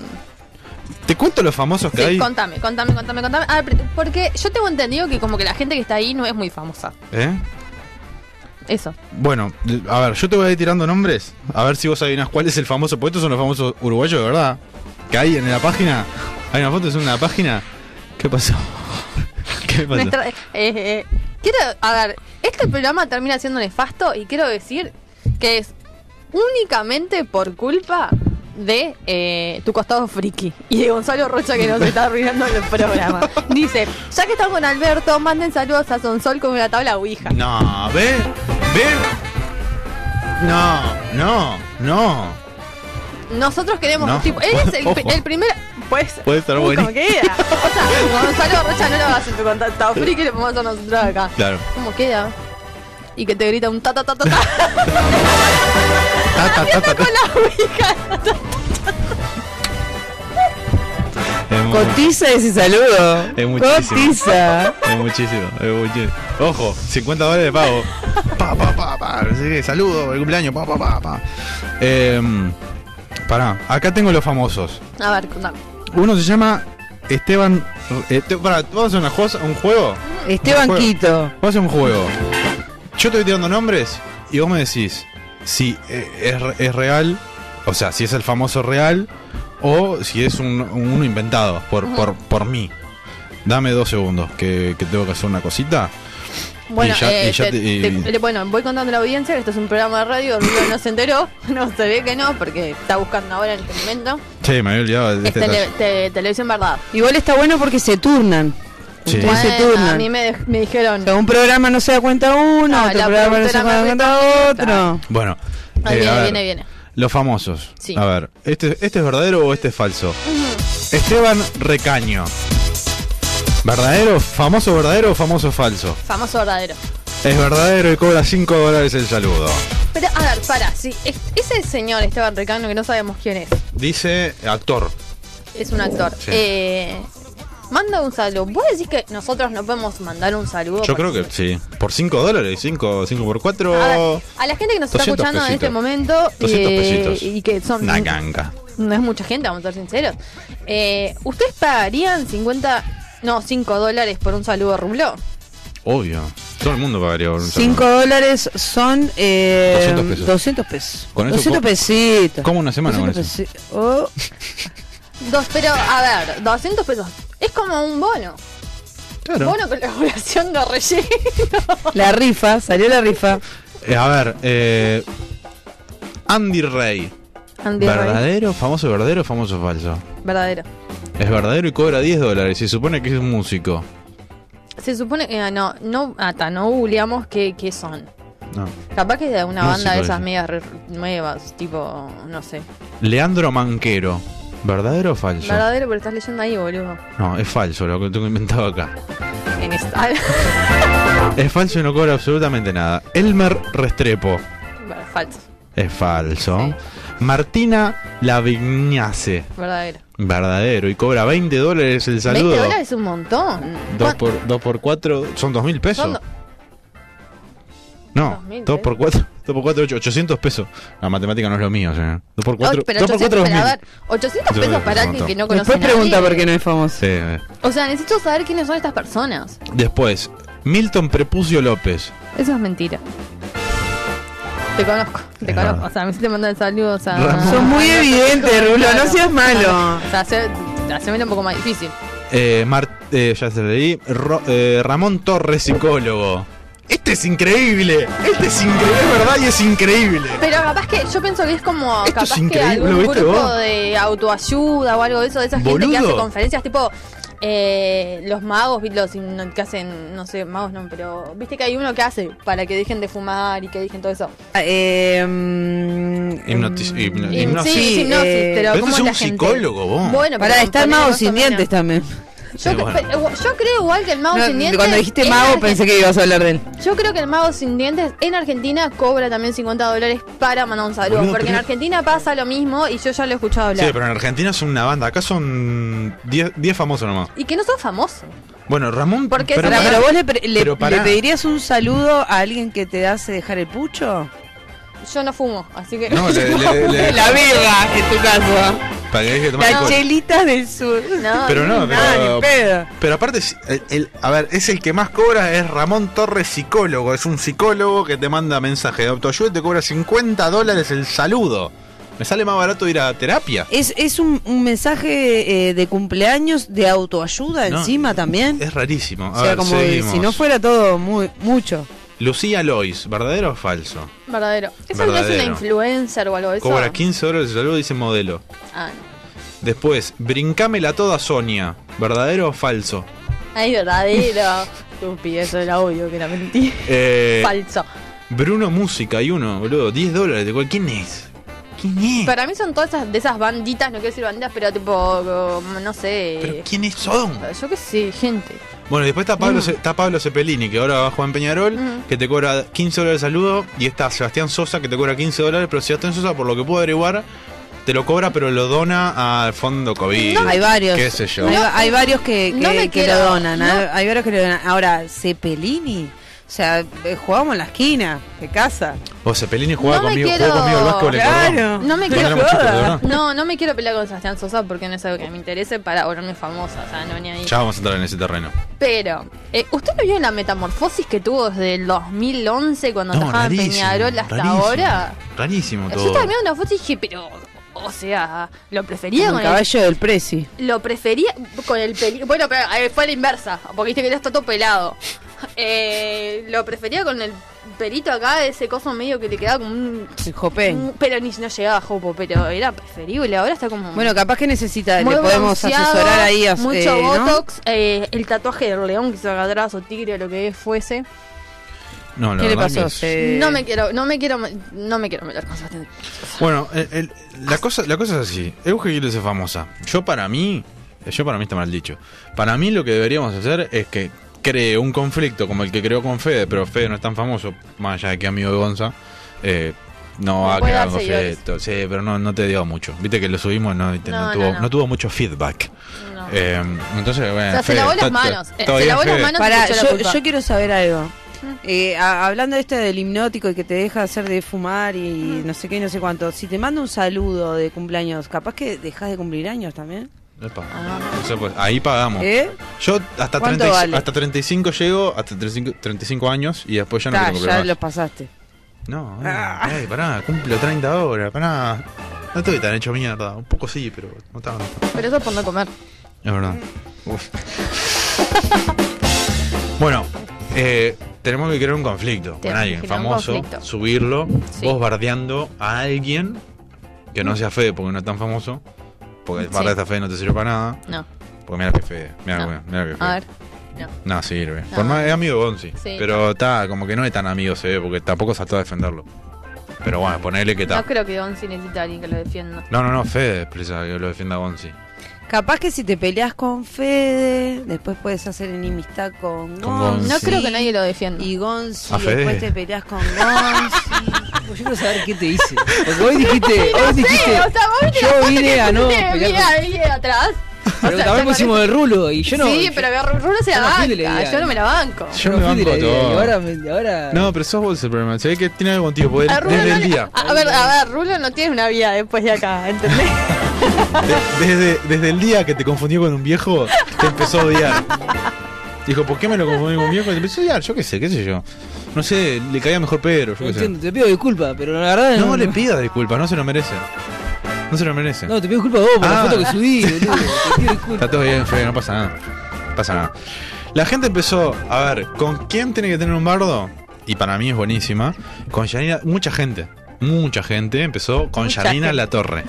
E: te cuento los famosos que
F: Sí,
E: hay.
F: contame, contame, contame, contame. Ah, pero- porque yo tengo entendido que como que la gente que está ahí no es muy famosa.
E: ¿Eh?
F: Eso.
E: Bueno, a ver, yo te voy a ir tirando nombres. A ver si vos adivinás cuál es el famoso. Porque estos son los famosos uruguayos, de verdad. Que hay en la página. Hay una foto, es una página. ¿Qué pasó? <laughs> ¿Qué pasó?
F: Nuestra- eh, eh, quiero, a ver, este programa termina siendo nefasto y quiero decir que es únicamente por culpa de eh, tu costado friki y de Gonzalo Rocha que nos está arruinando el
E: <laughs>
F: programa. Dice, ya que estamos con Alberto, manden saludos a Sonsol con una tabla Ouija.
E: No, ve, ve. No, no, no.
F: Nosotros queremos
E: No.
F: un tipo. Él es el,
E: Ojo.
F: el primer. Pues.
E: Puede estar
F: Uy,
E: buenísimo.
F: como queda. O
E: <laughs>
F: sea, Gonzalo Rocha no lo hagas en tu contacto friki, lo podemos hacer nosotros acá.
E: Claro.
F: ¿Cómo queda? Y que te grita un ta ta ta ta
E: <laughs>
F: ta
E: Ta, ta, ta, ta, ta.
F: con la ouija.
E: Es mu-
G: Cotiza ese saludo.
E: Es muchísimo.
G: Cotiza.
E: Es muchísimo, es muchísimo. Ojo, 50 dólares de pago. Pa, pa, pa, pa. no sé qué, Saludo, el cumpleaños, pa, pa, pa, pa. Em, pará, acá tengo los famosos.
F: A ver, contame.
E: Uno se llama Esteban. Este- pará, vamos a hacer una cosa- un juego.
H: este
G: Esteban
E: Juego.
G: Quito.
E: Vamos a hacer un juego. Yo te voy tirando nombres y vos me decís si eh, es, re- es real, o sea, si es el famoso real o si es un, un- uno inventado por, por, por mí. Dame dos segundos que, que tengo que hacer una cosita.
F: Bueno,
E: Y ya-
F: eh,
E: y ya
F: te-
E: te- y-
F: te- le- bueno, voy contando a la audiencia que esto es un programa de radio. Rubio no se enteró. <laughs> No se ve que no, porque está buscando ahora en este momento.
E: Che, me había olvidado de
F: Es
E: este
F: tele-
E: detalle.
F: te- televisión verdad.
H: Igual está bueno porque se turnan.
E: Sí.
H: Ustedes se
F: Bueno, a
H: turnan.
F: mí me, dej- me dijeron.
H: O sea, un programa no se da cuenta uno,
F: Ah,
H: otro
F: la
H: programa no se
F: productora
H: da
F: me
H: cuenta
F: cuenta.
H: otro.
E: Bueno,
F: Ahí
E: eh,
F: viene,
E: a ver,
F: viene, viene.
E: los famosos.
F: Sí.
E: A ver, ¿este, ¿este es verdadero o este es falso? Esteban Recaño. ¿Verdadero? ¿Famoso verdadero o famoso falso?
F: Famoso verdadero.
E: Es verdadero y cobra 5 dólares el saludo.
F: Pero, a ver, para, si es- ese señor Esteban Recano, que no sabemos quién es,
E: Dice actor.
F: es un actor,
E: Sí.
F: eh, manda un saludo. ¿Vos decís que nosotros no podemos mandar un saludo?
E: Yo creo
F: Porque-
E: que sí. Por 5 dólares, 5 cinco por
F: A, ver,
E: 4.
F: a la gente que nos está
E: 200
F: escuchando en
E: pesitos.
F: este momento
E: 200
F: eh,
E: pesitos.
F: y que son.
E: Una ganga.
F: No es mucha gente, vamos a ser sinceros. Eh, ¿Ustedes pagarían 50, no, 5 dólares por un saludo a rublo?
E: Obvio. Todo el mundo pagaría por un saludo.
H: 5 dólares son eh,
E: 200 pesos.
H: 200 pesos.
E: Con eso
H: 200
E: co-
H: pesitos.
E: ¿Cómo una semana con eso?
H: pesi- oh.
F: Dos, pero a ver, 200 pesos. Es como un bono.
E: Claro.
F: Bono con colaboración de relleno.
H: La rifa, salió la rifa.
E: Eh, a ver, eh, Andy Rey.
F: Andy Rey.
E: ¿Verdadero, famoso, verdadero, famoso, falso?
F: Verdadero.
E: Es verdadero y cobra 10 dólares. Se supone que es un músico.
F: Se supone que no, no, hasta no googleamos qué, qué son.
E: No.
F: Capaz que es de una
E: No,
F: banda
E: sí
F: de
E: parece.
F: esas medias re- nuevas, tipo, no sé.
E: Leandro Manquero. ¿Verdadero o falso?
F: Verdadero, pero estás leyendo ahí, boludo.
E: No, es falso, lo que tengo inventado acá.
F: En esta. <laughs>
E: Es falso y no cobra absolutamente nada. Elmer Restrepo.
F: Bueno, falso.
E: Es falso. Martina Lavignace.
F: Verdadero.
E: Verdadero. Y cobra 20 dólares el saludo.
F: 20 dólares es un montón.
E: 2
F: ¿Cuán-
E: por, dos por 4 son 2 mil pesos.
F: son do-
E: No,
F: dos mil ¿eh?
E: 2 por <laughs> 4, 2 por 4, 800 pesos. La matemática no es lo mío, señor. 2 por 4,
F: Oh, pero
E: 2 por 4,
F: 800, pero a
E: 2000.
F: ver, 800
E: Yo creo
F: pesos
E: que
F: para
E: es un
F: alguien que no
E: montón.
F: conoce
H: Después
F: a nadie.
H: pregunta por qué no es famoso.
E: Sí, eh.
F: O sea, necesito saber quiénes son estas personas.
E: Después, Milton Prepucio López.
F: Eso es mentira. Te conozco, te
E: Es
F: conozco.
E: verdad.
F: O sea, me hiciste mandar saludos a...
E: Ramón.
H: Sos muy evidente, Rulo, no seas malo.
F: O sea, hace- hacémelo un poco más difícil.
E: Eh, Mar- eh, ya se leí. Ro- eh, Ramón Torres, psicólogo. Este es increíble. Este es increíble, es verdad, y es increíble.
F: Pero capaz que yo pienso que es como
E: Esto es
F: capaz que
E: increíble,
F: algún
E: ¿lo viste
F: grupo
E: vos?
F: de autoayuda o algo de eso, de esa gente que
E: Boludo.
F: hace conferencias tipo eh, los magos, ¿viste? los in- que hacen, no sé, magos no, pero viste que hay uno que hace para que dejen de fumar y que dejen todo eso.
H: Eh, mm,
E: Hipnotis-
H: mm,
E: hipno-
F: Y-
E: hipnosis.
F: Sí,
H: Sí,
F: hipnosis,
H: eh,
F: pero,
E: pero
F: ¿cómo
E: esto es
F: la
E: un
F: gente?
E: psicólogo, vos.
F: Bueno,
H: Para
F: pero
H: estar
F: ponele
H: mago
F: más o
H: sin
F: menos.
H: dientes también.
F: Yo,
E: Sí,
F: cre-
E: bueno.
F: pero, yo creo igual que el mago
H: No,
F: sin dientes.
H: cuando dijiste
F: en
H: mago
F: Argen-
H: pensé que ibas a hablar de él.
F: Yo creo que el mago sin dientes en Argentina cobra también 50 dólares para mandar un saludo.
E: Boludo,
F: porque en
E: pero-
F: Argentina pasa lo mismo y yo ya lo he escuchado
E: Sí,
F: hablar.
E: pero en Argentina son una banda. Acá son 10 10 famosos nomás.
F: Y que no son famosos.
E: Bueno, Ramón.
F: Porque
E: pero
H: Pará,
F: pará.
H: pero vos le, pre- le-
E: Pero pará.
H: le pedirías un saludo a alguien que te hace dejar el pucho?
F: Yo no fumo, así que.
E: No, le- le- le-
H: La verga, en tu caso.
E: para que deje de tomar
H: La
E: alcohol.
H: chelita del sur.
F: No,
E: Pero no,
H: Nada,
E: pero.
H: ni pedo.
E: Pero aparte, es- el- el- a ver, es el que más cobra, es Ramón Torres, psicólogo. Es un psicólogo que te manda mensaje de autoayuda y te cobra 50 dólares el saludo. Me sale más barato ir a terapia.
H: Es, es un, un mensaje eh, de cumpleaños de autoayuda
E: No,
H: encima también.
E: Es rarísimo. A
H: o sea,
E: ver,
H: como
E: seguimos.
H: si no fuera todo muy, mucho.
E: Lucía Lois, ¿verdadero o falso?
F: <laughs> Verdadero. Eso no es
E: Verdadero.
F: una influencer o algo de eso.
E: Cobra 15 dólares el saludo, dice modelo.
F: Ah, no.
E: Después, brincámela toda Sonia. ¿Verdadero o falso?
F: Ay, verdadero. <laughs> Tupi, eso era obvio que era mentira.
E: Eh,
F: Falso.
E: Bruno Música, hay uno, boludo. 10 dólares. de cual- ¿Quién es? ¿Quién es?
F: Para mí son todas esas, de esas banditas, no quiero decir banditas, pero tipo, como, no
E: ¿Pero
F: sé.
E: quiénes son?
F: Yo qué sé, gente.
E: Bueno, y después está Pablo, Ce- está Pablo Cepelini, que ahora va a jugar en Peñarol,
F: Mm.
E: que te cobra 15 dólares el saludo. Y está Sebastián Sosa, que te cobra 15 dólares. Pero Sebastián Sosa, por lo que puedo averiguar, te lo cobra, pero lo dona al fondo COVID.
H: Hay varios.
E: ¿Qué sé yo?
H: Hay, hay varios que, que,
F: No me
H: que
F: quiero-
H: lo donan.
F: no.
H: Hay, hay varios que lo donan. Ahora, Cepelini. O sea, eh, jugábamos en la esquina de casa.
E: O Cepelini jugaba
F: No me
E: conmigo,
F: quiero-
E: jugó conmigo al básquetbol en
H: Claro.
E: Cordón.
F: No me
E: Cuando
F: quiero.
E: éramos chicos, ¿te acordás?
F: No, no me quiero pelear con Sebastián Sosa porque no es algo que me interese para o no es famosa, o sea, no ni ahí.
E: Ya vamos a entrar en ese terreno.
F: Pero, eh, ¿usted no vio la metamorfosis que tuvo desde el 2011 cuando
E: No,
F: atajaba en
E: rarísimo,
F: Peñarol hasta
E: rarísimo.
F: ahora?
E: Rarísimo
F: Yo
E: todo.
F: estaba mirando una foto y dije, pero, o sea, lo prefería
H: Como
F: con
H: el
F: el,
H: caballo del Prezi.
F: Lo prefería con el peli. Bueno, pero eh, fue a la inversa, porque viste que ya está todo
H: <laughs>
F: pelado. Eh, lo prefería con el pelito acá, ese coso medio que le quedaba como un.
H: El Jopé.
F: un- pero ni no llegaba a Jopo, pero era preferible. Ahora está como.
H: Bueno, capaz que necesita,
F: muy
H: le podemos
F: bronceado,
H: asesorar ahí a
F: Mucho
H: eh, ¿no?
F: botox, eh, el tatuaje del león que se haga atrás o tigre o lo que fuese.
E: No, la
H: ¿Qué le
E: verdad que
H: pasó?
E: es-
H: Se-
F: No me quiero, no me quiero, no me quiero meter con Sebastián.
E: Bueno, el- el- la, cosa, la cosa es así. Euge quiere ser famosa. Yo para mí, eh, yo para mí está mal dicho. Para mí lo que deberíamos hacer es que cree un conflicto como el que creó con Fede, pero Fede no es tan famoso, más allá de que amigo de Gonza. eh, no va a
F: Puede
E: crear
F: dar
E: con Fede.
F: seguidores.
E: esto. Sí, pero no, no te dio mucho. Viste que lo subimos y no, no
F: No, no,
E: tuvo,
F: no.
E: no tuvo mucho feedback.
F: No.
E: Eh, entonces, bueno.
F: O sea, se
E: Fede,
F: lavó las
E: está-
F: manos, eh,
E: está
F: se
E: bien,
F: lavó las
E: Fede.
F: manos.
H: Pará,
F: te echó la
H: yo,
F: culpa. Mm.
H: yo quiero saber algo. Eh, a- hablando de este del hipnótico y que te deja hacer de fumar y
F: Mm.
H: no sé qué y no sé cuánto. Si te manda un saludo de cumpleaños, capaz que dejas de cumplir años también.
E: Epa. Eso, pues, ahí pagamos.
H: ¿Eh?
E: Yo hasta,
H: ¿Cuánto
E: 30 y-
H: vale?
E: hasta 35 llego, hasta 35, 35 años y después ya no
H: Ta,
E: tengo
H: ya
E: problemas.
F: Ah.
H: los pasaste.
E: No, eh, ay, pará, cumplo 30 horas, pará. No estoy tan hecho mierda. Un poco sí, pero no estaba.
F: Pero eso por no comer.
E: Es verdad.
F: <laughs>
E: Uf. bueno, eh, tenemos que crear un conflicto con
F: Tenemos
E: alguien
F: que crear un
E: famoso,
F: conflicto.
E: subirlo,
F: Sí. Mm.
E: vos bardeando a alguien que no sea Fede porque no es tan famoso. Porque
F: Sí.
E: bardear a Fede no te sirve para nada.
F: No.
E: Porque mira que Fede. Mira,
F: No.
E: mira, mira que Fede.
F: A ver.
E: No, sirve.
F: No.
E: Por más es amigo de Gonzi.
F: Sí.
E: Pero está, como que no es tan amigo, se ve, porque tampoco saltó a defenderlo. Pero bueno, ponerle que está.
F: No creo que Gonzi necesite a alguien que lo defienda.
E: No, no, no, Fede expresa que lo defienda a Gonzi.
H: Capaz que si te peleas con Fede, después puedes hacer enemistad con,
E: Con
H: Gonzi.
F: No
E: Sí.
F: creo que nadie lo defienda.
H: Y Gonzi,
E: A Fede.
H: después te peleas
F: <laughs>
H: con Gonzi.
G: Pues Yo quiero saber qué te hice. Porque
F: <laughs>
G: hoy dijiste, hoy dijiste,
F: o sea, vos te la
G: yo
F: foto
G: vine
F: que
G: a no
F: pusiste de
G: pelear
F: mí
G: con...
F: ahí atrás.
G: Pero
F: sea, ya
G: también
F: con
G: pusimos el rulo y yo no...
F: sí,
G: yo-
F: pero Ru- Rulo se la
G: Yo no
F: banca.
G: fui de la idea.
F: yo no me la banco.
E: Yo
G: no
E: me
G: fui de
E: banco
G: la idea,
E: todo.
G: Y ahora... me- y ahora...
E: No, pero sos vos el problema. Se ve que tiene algún motivo. Porque
F: A Rulo
E: desde
F: Ah, no
E: el
F: le-
E: día.
F: a, a ver, a ver, Rulo no tiene una vida después de acá, ¿entendés?
E: de- desde, desde el día que te confundió con un viejo, te empezó a odiar. Dijo, ¿por qué me lo confundí con un viejo? Y te empezó a odiar, yo qué sé, qué sé yo. No sé, le caía mejor Pedro, yo
G: No
E: qué sé.
G: entiendo, te pido disculpas, pero la verdad
E: No le pidas disculpas, no se lo merece. No se lo merece.
G: No, te pido disculpas a vos por
E: Ah.
G: la foto que subí, boludo.
E: <laughs>
G: Te pido disculpas.
E: Está todo bien, Fede, no pasa nada. No Pasa nada. La gente empezó a ver, ¿con quién tiene que tener un bardo? Y para mí es buenísima. Con Yanina, mucha gente. Mucha gente empezó con
F: Mucha
E: Yanina
F: gente.
E: La Torre.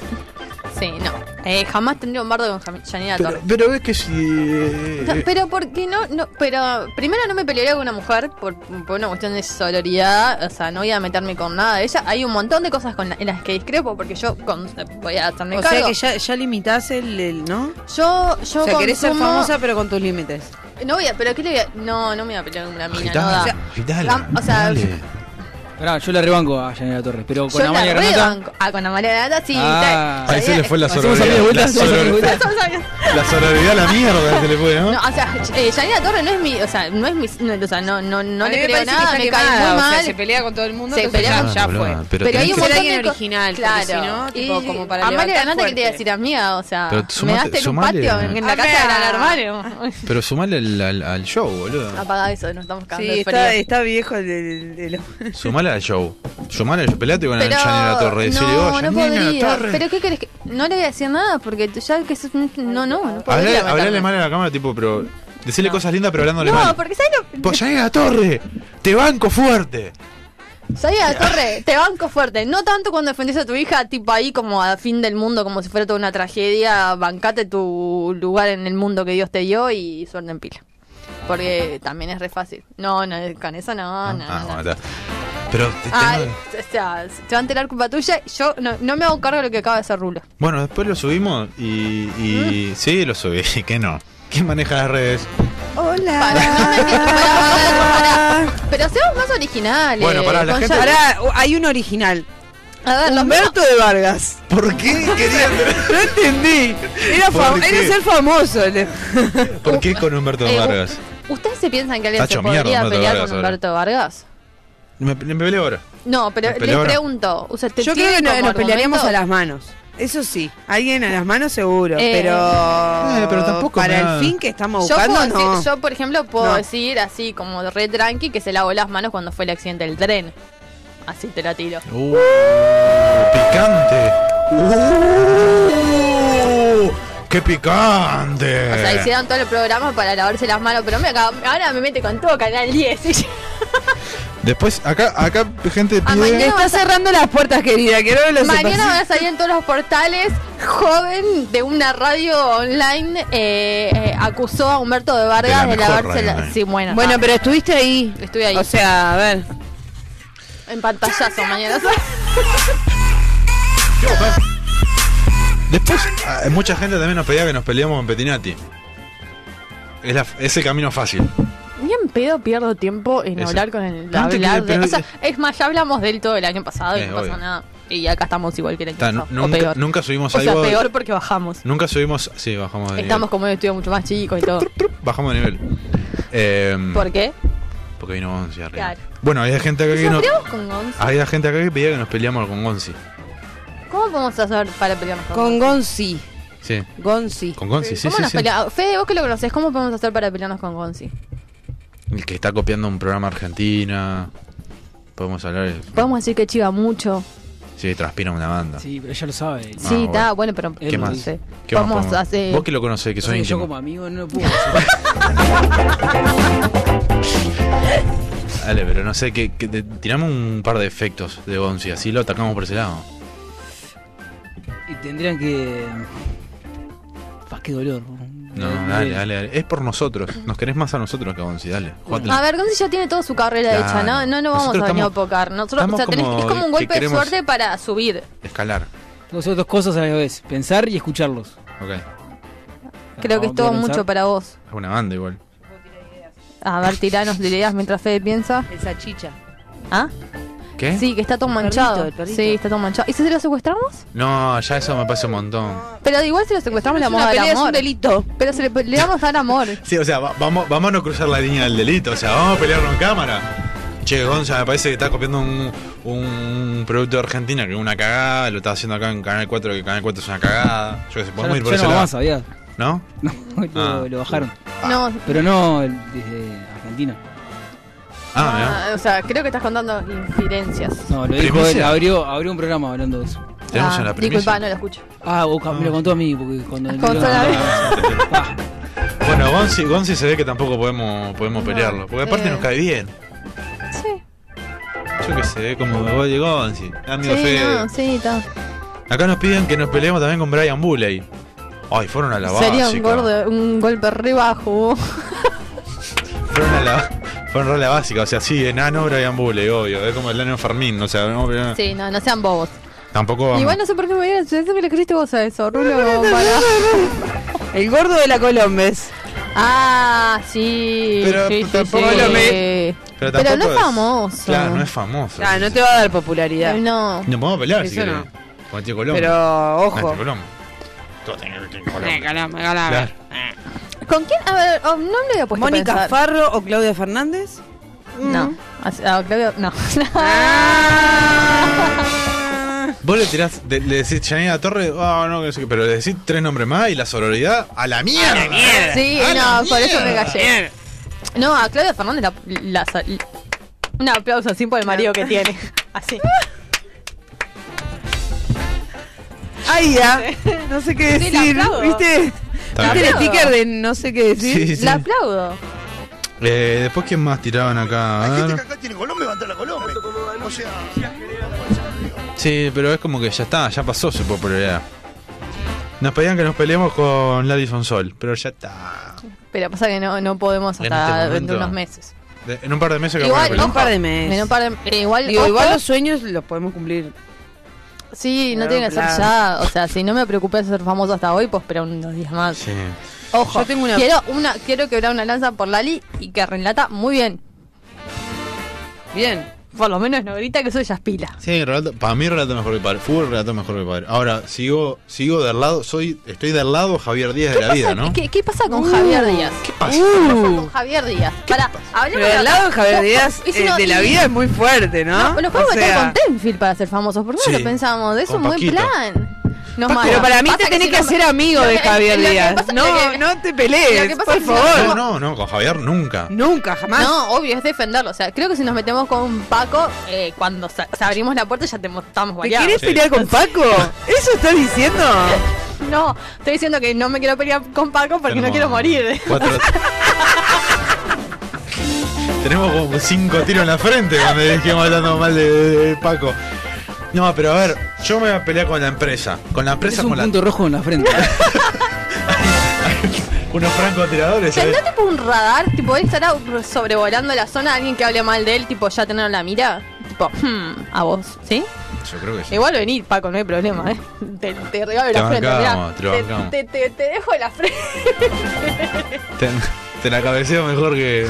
F: sí, no. Eh, jamás tendría un bardo con Jam- Janina
E: Pero,
F: Torres.
E: pero es que si. eh,
F: No,
H: Eh.
F: pero porque no, no, pero primero no me pelearía con una mujer por, por una cuestión de sororidad, o sea, no voy a meterme con nada de ella. Hay un montón de cosas con la- en las que discrepo porque yo con- voy a hacerme
H: O
F: cargo.
H: sea que ya, ya limitás el, el- ¿no?
F: Yo, yo
H: o sea, querés ser
F: consumo-
H: famosa pero con tus límites.
F: No voy a, pero ¿qué le voy a- No, no me voy a pelear con una mina, no
E: Agitala,
F: da.
E: agitala,
F: o sea,
E: dale.
G: Pará, yo la rebanco a Yanela Torres, pero con
F: yo la
G: Amalia Granata...
F: rebanco. Ah, con Amalia Granata sí.
G: Ah.
F: te-
E: Ahí se
F: sabía-
E: le
F: <laughs>
E: fue la
G: Hacemos amigos de
E: sororidad. La
G: vuelta, hacemos amigos de
E: sororidad-
G: vuelta.
F: Estamos hablando-
E: la sororidad a la mierda se le fue, ¿no?
F: No, o sea, eh, Yanina Torres no es mi, o sea, no es mi, no, o sea, no, no, no
H: A mí
F: le
H: me
F: creo
H: parece que
F: nada,
H: está
F: me cae
H: quemada,
F: muy
H: o sea,
F: mal.
H: se pelea con todo el mundo,
F: Se
H: entonces
F: pelea
H: ya-
E: con-
H: ya
E: Ah,
H: fue.
E: boluda,
H: Pero,
F: pero
E: tenés
F: hay un
E: que-
H: ser
F: montón
H: alguien
F: de co-
H: original, porque
F: claro.
H: si no, tipo, como para
F: Amalia
H: levantar
F: Granata quería
H: fuerte.
F: decir amiga, o sea,
E: Pero
F: me
E: sumate-
F: daste en un
E: sumale-
F: patio en, en la casa de gran
H: <laughs>
F: hermano.
E: Pero sumale al, al- al show, boludo.
F: Apaga eso, nos estamos cagando
H: Sí,
F: de
H: está,
F: frío.
H: está viejo el, el- el- <laughs>
E: Sumale al show. Sumale al show. Peleate con
F: Pero
E: Yanina La Torre. Decirle,
F: no,
E: oh,
F: no
E: Yanina La
F: podría.
E: Torre.
F: Pero qué querés que no le voy a decir nada porque tú ya que sos un- no no no
E: Hablale,
F: podría.
E: hablale
F: matarme.
E: mal a la cámara, tipo, pero. Decirle cosas lindas, pero hablándole
F: No,
E: mal.
F: porque sabes lo
E: Pues Yanina La Torre, te banco fuerte.
F: Soy la torre, te banco fuerte. No tanto cuando defendés a tu hija, tipo ahí como a fin del mundo, como si fuera toda una tragedia. Bancate tu lugar en el mundo que Dios te dio y suerte en pila. Porque también es re fácil. No, no, con eso Oh, no, no.
E: Ah,
F: no.
E: bueno, está. Pero te tengo-
F: Ay, o sea, se va a enterar culpa tuya. Yo no, no me hago cargo de lo que acaba de hacer Rulo.
E: Bueno, después lo subimos y.
F: Mm.
E: y- Sí, lo subí. <laughs> ¿Qué no? ¿Quién maneja las redes?
F: Para,
E: Ah.
F: no me entiendes, pará, pará, pará. Pero seamos más originales.
E: Bueno, pará, la
F: con
E: gente-
F: ya-
H: Pará, hay un original.
F: A ver, los
H: Humberto de Vargas.
E: ¿Por qué querían.?
H: No entendí. Era,
E: ¿Por
H: fam-
E: qué?
H: era ser famoso. el-
E: ¿Por qué con Humberto
F: Eh,
E: Vargas?
F: ¿Ustedes se piensan que alguien se
E: Está hecho mierda
F: podría
E: Humberto
F: pelear
E: Vargas
F: con
E: ahora.
F: Humberto Vargas?
E: Me, me peleo ahora.
F: No, pero
E: ¿Nos
F: les
E: pelearon?
F: pregunto, o sea, ¿te
H: Yo creo
F: tienen
H: que no-
F: como
H: nos pelearíamos a
F: argumentos?
H: las manos. Eso sí, alguien a las manos seguro,
F: Eh.
H: pero,
E: Eh, pero tampoco me
H: para
E: da-
H: el fin que estamos
F: Yo,
H: buscando,
F: puedo
H: no.
F: decir- yo, por ejemplo, puedo
H: No.
F: decir así como re tranqui que se lavó las manos cuando fue el accidente del tren. Así te la tiro.
E: Uh, picante. Uh, qué picante.
F: O sea, hicieron todo el programa para lavarse las manos, pero me acabo- ahora me mete con todo Canal
H: <laughs>
F: 10. y-
E: Después, acá, acá gente
F: Ah, mañana
E: pide.
F: vamos a-
H: Está cerrando las puertas, querida, que no lo sepas.
F: Mañana van a salir en todos los portales. Joven de una radio online eh, eh, acusó a Humberto de Vargas de,
E: De la mejor
F: lavarse
E: radio
F: las
E: online.
F: Sí, bueno.
H: Bueno,
F: ah,
H: pero estuviste ahí.
F: Estuve ahí.
H: O sea, a ver.
F: en pantallazo mañana.
H: <laughs>
E: Después, ah, mucha gente también nos pedía que nos peleamos en Petinati. Es, la- es el camino fácil.
F: Ni en pedo pierdo tiempo en
E: Eso.
F: hablar con el
E: No te
F: hablar
E: creo,
F: de- o
E: pero-
F: sea, es más, ya hablamos del todo el año pasado
E: Eh,
F: y no pasa
E: obvio.
F: nada. Y acá estamos igual que el año
E: Está,
F: pasado. o
E: nunca,
F: peor.
E: nunca subimos
F: o sea,
E: algo.
F: peor porque bajamos.
E: Nunca subimos. Sí, bajamos de
F: Estamos como un estudio mucho más chico y todo.
E: nivel. Bajamos
F: <laughs>
E: de nivel. Eh,
F: ¿Por qué?
E: porque vino Gonzi arriba.
F: Claro.
E: Bueno, había gente acá que
F: Nos
E: no. Ah.
F: peleamos con Gonzo.
E: Había gente acá que pedía que nos peleamos con Gonzi.
F: ¿Cómo podemos hacer para pelearnos con,
H: Con
F: Gonzo?
H: Gonzi.
E: Sí.
H: Gonzi.
E: Con Gonzi, sí,
F: ¿Cómo
E: sí,
F: nos
E: sí.
F: pelea- Fede, vos que lo conocés, ¿cómo podemos hacer para pelearnos con Gonzi?
E: El que está copiando un programa argentina. Podemos hablar. de-
F: Podemos decir que chiva mucho.
E: Sí, transpira una banda.
G: Sí, pero ya lo sabe.
E: Ah,
F: Sí, está,
E: bueno.
F: bueno, pero.
G: ¿Qué
E: ¿Qué
G: él lo
E: más?
F: dice.
E: ¿Qué más
F: Vamos
E: podemos-
F: a hacer-
E: Vos que lo conocés, que
G: Pasa
E: sos
G: que yo
E: íntimo.
G: como amigo no lo puedo hacer.
E: Dale, pero no sé, que, que te- tirame un par de efectos de Bonzi, así lo atacamos por ese lado.
G: Y tendrían que. Pa, qué dolor.
E: No,
G: Me- me
E: dale,
G: duele.
E: dale, dale. Es por nosotros. Nos querés más a nosotros que a Bonzi, dale.
F: A
E: jugátela.
F: ver, Gonzi ya tiene toda su carrera
E: Claro.
F: hecha, ¿no? No nos vamos
E: Nosotros
F: a venir a
E: estamos-
F: pocar. Nosotros, o sea,
E: estamos
F: tenés-
E: como
F: es como un
E: que
F: golpe
E: queremos-
F: de suerte para subir.
E: Escalar.
G: Tengo que hacer dos cosas a la vez: pensar y escucharlos.
E: Ok.
F: Creo que
G: Ah,
F: es todo
G: voy a pensar.
F: mucho para vos.
E: Es una banda igual.
F: A ver, tiranos de ideas mientras Fede piensa.
H: Esa chicha.
F: ¿Ah?
E: ¿Qué?
F: Sí, que está todo manchado.
H: perrito, el perrito.
F: Sí, está todo manchado. ¿Y si se lo secuestramos?
E: No, ya eso me pasa un montón.
F: Pero igual si lo secuestramos le
H: Es
F: vamos
H: una
F: a dar
H: pelea, es un
F: amor.
H: delito.
F: Pero se le, le vamos a dar amor.
E: Sí, o sea, va- vamos, vamos a no cruzar la línea del delito, o sea, vamos a pelearnos en cámara. Che, Gonza, me parece que está copiando un, un producto de Argentina que es una cagada, lo está haciendo acá en Canal 4, que Canal 4 es una cagada. Yo qué sé,
G: Ya no,
E: podemos ir por
G: ya
E: ese
G: no
E: lado.
G: más, ¿sabías?
E: ¿No?
G: <laughs> No,
E: Ah.
G: lo, lo bajaron.
F: No,
G: Pero no el- desde Argentina.
E: Ah,
F: ah, o sea, creo que estás contando infidencias.
G: No, lo dijo él.
E: ¿Primicia?
G: Abrió, abrió un programa hablando de eso.
E: mira, tenemos
F: Ah,
E: una
F: Disculpa,
E: primicia.
F: no lo escucho.
G: Ah, vos me lo contó a mí, porque cuando...
F: Con
E: <laughs>
F: sola-
E: Bueno, Gonzi, Gonzi se ve que tampoco podemos, podemos
F: No,
E: pelearlo, porque aparte
F: eh.
E: nos cae bien.
F: Sí,
E: Yo qué sé, como vos de Gonzi, amigo
F: sí,
E: Fede.
F: no, sí, está.
E: Acá nos piden que nos peleemos también con Brian Bulley. Ay, fueron a la básica.
F: Sería un, gordo, un golpe re bajo.
E: Fueron a la, fueron a la básica, o sea, sí, enano, Brian Bulley, obvio. Es como el enano Fermín, o sea, no, pero-
F: Sí, no, no sean bobos.
E: tampoco vamos.
F: Igual no sé por qué me dieron, se me le creíste vos a eso, Rulo. para-
H: El gordo de la Colombes.
F: Ah, sí.
E: Pero
F: sí, sí,
E: tampoco
F: sí.
E: lo
H: me-
E: pero,
F: pero
E: tampoco
F: no es famoso.
E: Claro, no es famoso.
H: Ah, no te va a dar popularidad.
F: No.
E: Nos podemos pelear si
H: Eso
E: querés.
H: no.
E: Con Tío Colombo.
H: Pero,
E: Ah, Tío
H: ojo.
E: Colombo. Todo tiene que ver con Tío Colombo.
H: Eh, calama, calama.
E: Claro.
F: ¿Con quién? A ver, oh, no le había puesto a
H: ¿Mónica Mm.
F: pensar.
H: Farro o Claudia Fernández?
F: No. Así- ah, Claudio, no.
E: Ah,
H: Ah.
E: Vos le tirás, le, le decís Yanina Torres, ah, no, que no sé qué, pero le decís tres nombres más y la sororidad a la
F: <laughs>
E: mierda.
F: sí, no, por eso me callé. No, a Claudia Fernández la, la, la- un aplauso así por el marido que tiene. <laughs> Así.
H: Ay, <laughs> ya. No sé qué
F: Sí, la
H: decir.
F: aplaudo.
H: ¿Viste?
E: Está
H: ¿Viste
E: bien.
H: el sticker de no sé qué decir?
E: Sí, sí.
F: La aplaudo.
E: Eh, después, ¿quién más tiraban acá? A
D: Hay gente
E: ver.
D: que acá tiene Colombia, Oh, levanta la Colombia. O sea,
E: Sí, pero es como que ya está, ya pasó su popularidad. Nos pedían que nos peleemos con Ladison Sol, pero ya está.
F: Pero pasa que no, no podemos
E: En
F: hasta
E: este
F: dentro de
E: momento.
F: unos meses.
E: De- en un par de meses que
F: Igual,
E: vamos a pelear.
H: Un par de meses.
F: En un par de- eh, igual,
H: Digo,
F: ojo,
H: igual los sueños los podemos cumplir.
F: sí, no
H: Claro,
F: tiene que ser
H: claro.
F: ya. O sea, si no me preocupé de ser famoso hasta hoy, pues espera unos días más.
E: Sí.
F: Ojo,
H: Yo tengo una-
F: quiero una quiero quebrar una lanza por Lali y que relata muy bien.
H: Bien.
F: Por lo menos no grita que soy Yaspila.
E: Sí, relato- para mí relato mejor que padre. Fútbol relato mejor que padre. Ahora, sigo, sigo del lado, soy, estoy del lado Javier Díaz de la vida, ¿no?
F: ¿Qué, qué pasa
H: Uh.
F: con Javier Díaz? ¿Qué pasa? con Javier Díaz? Para, hablemos
H: Pero al lado de Javier
F: No,
H: Díaz
F: y si
H: eh,
F: no-
H: de la
F: y-
H: vida es muy fuerte, ¿no?
F: No, los juegos
H: O
F: están
H: sea,
F: con Tenfield para ser famosos. ¿Por qué no
E: Sí,
F: lo pensamos? Es
E: con
F: un buen
E: Paquito.
F: plan. Nos mata.
H: Pero para mí
F: Pasa
H: te tenés
F: si
H: que
F: no-
H: hacer amigo
F: lo
H: de
F: que-
H: Javier
F: lo que
H: Díaz.
F: pasa- lo
H: no,
F: que-
H: no te
F: lo que
H: pelees,
F: pasa
H: por
F: es que-
E: No,
H: favor.
E: no, no, con Javier nunca.
H: Nunca, jamás.
F: No, obvio, es defenderlo. O sea, creo que si nos metemos con Paco, eh, cuando sa- o sea, abrimos la puerta ya te mo- estamos
H: ¿Te
F: variados.
H: querés
E: Sí.
H: pelear con <laughs> Paco? ¿Eso estás diciendo?
F: No, estoy diciendo que no me quiero pelear con Paco porque no
E: Tenemos
F: quiero morir.
E: cuatro- Tenemos como cinco tiros en la frente cuando dijimos hablando mal de, de- de Paco. No, pero a ver, yo me voy a pelear con la empresa. Con la
G: Es
E: empresa,
G: un
E: con la-
G: punto rojo en
E: <laughs>
G: la frente.
E: unos francotiradores. ¿eh?
F: <laughs>
E: ¿sabes?
F: ¿Tendrá tipo un radar? Tipo, él estará sobrevolando la zona alguien que hable mal de él, tipo, ya tener la mira. Tipo, hmm, a vos, ¿sí?
E: Yo creo que sí.
F: Igual venir, Paco, no hay problema, ¿eh? Te, te regalo la
E: Te
F: frente,
E: bancamos,
F: mirá.
E: te lo bancamos.
F: te, te- te dejo la frente. <laughs>
E: Te, te la cabeceo mejor que.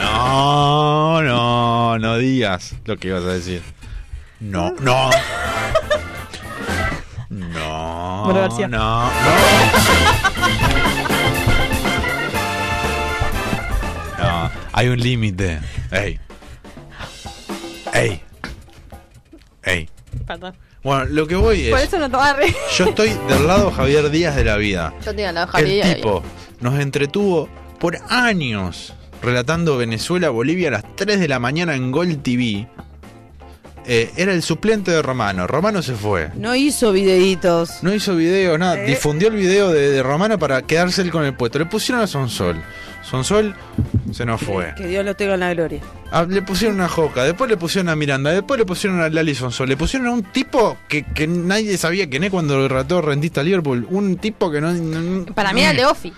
E: No, no, no digas lo que ibas a decir. No, no. No,
F: Bueno, García.
E: no, no. No, hay un límite. Ey. Ey. Ey.
F: Perdón.
E: Bueno, lo que voy
F: Por
E: es.
F: eso no te agarré.
E: Yo estoy del lado Javier Díaz de la vida.
F: Yo tenía la
E: El
F: jalilla.
E: tipo nos entretuvo por años relatando Venezuela-Bolivia a las 3 de la mañana en Gol TV. Eh, era el suplente de Romano. Romano se fue.
H: No hizo videitos.
E: No hizo video, nada.
H: Eh.
E: Difundió el video de, de Romano para quedarse él con el puesto. Le pusieron a Sonsol. Sonsol se nos fue.
H: Que Dios lo tenga en la gloria.
E: Ah, le pusieron a Joca, después le pusieron a Miranda, después le pusieron a Lali Sonsol. Le pusieron a un tipo que, que nadie sabía quién es cuando rató rentista a Liverpool. Un tipo que no. no- no-
F: Para mí era el de Ofi.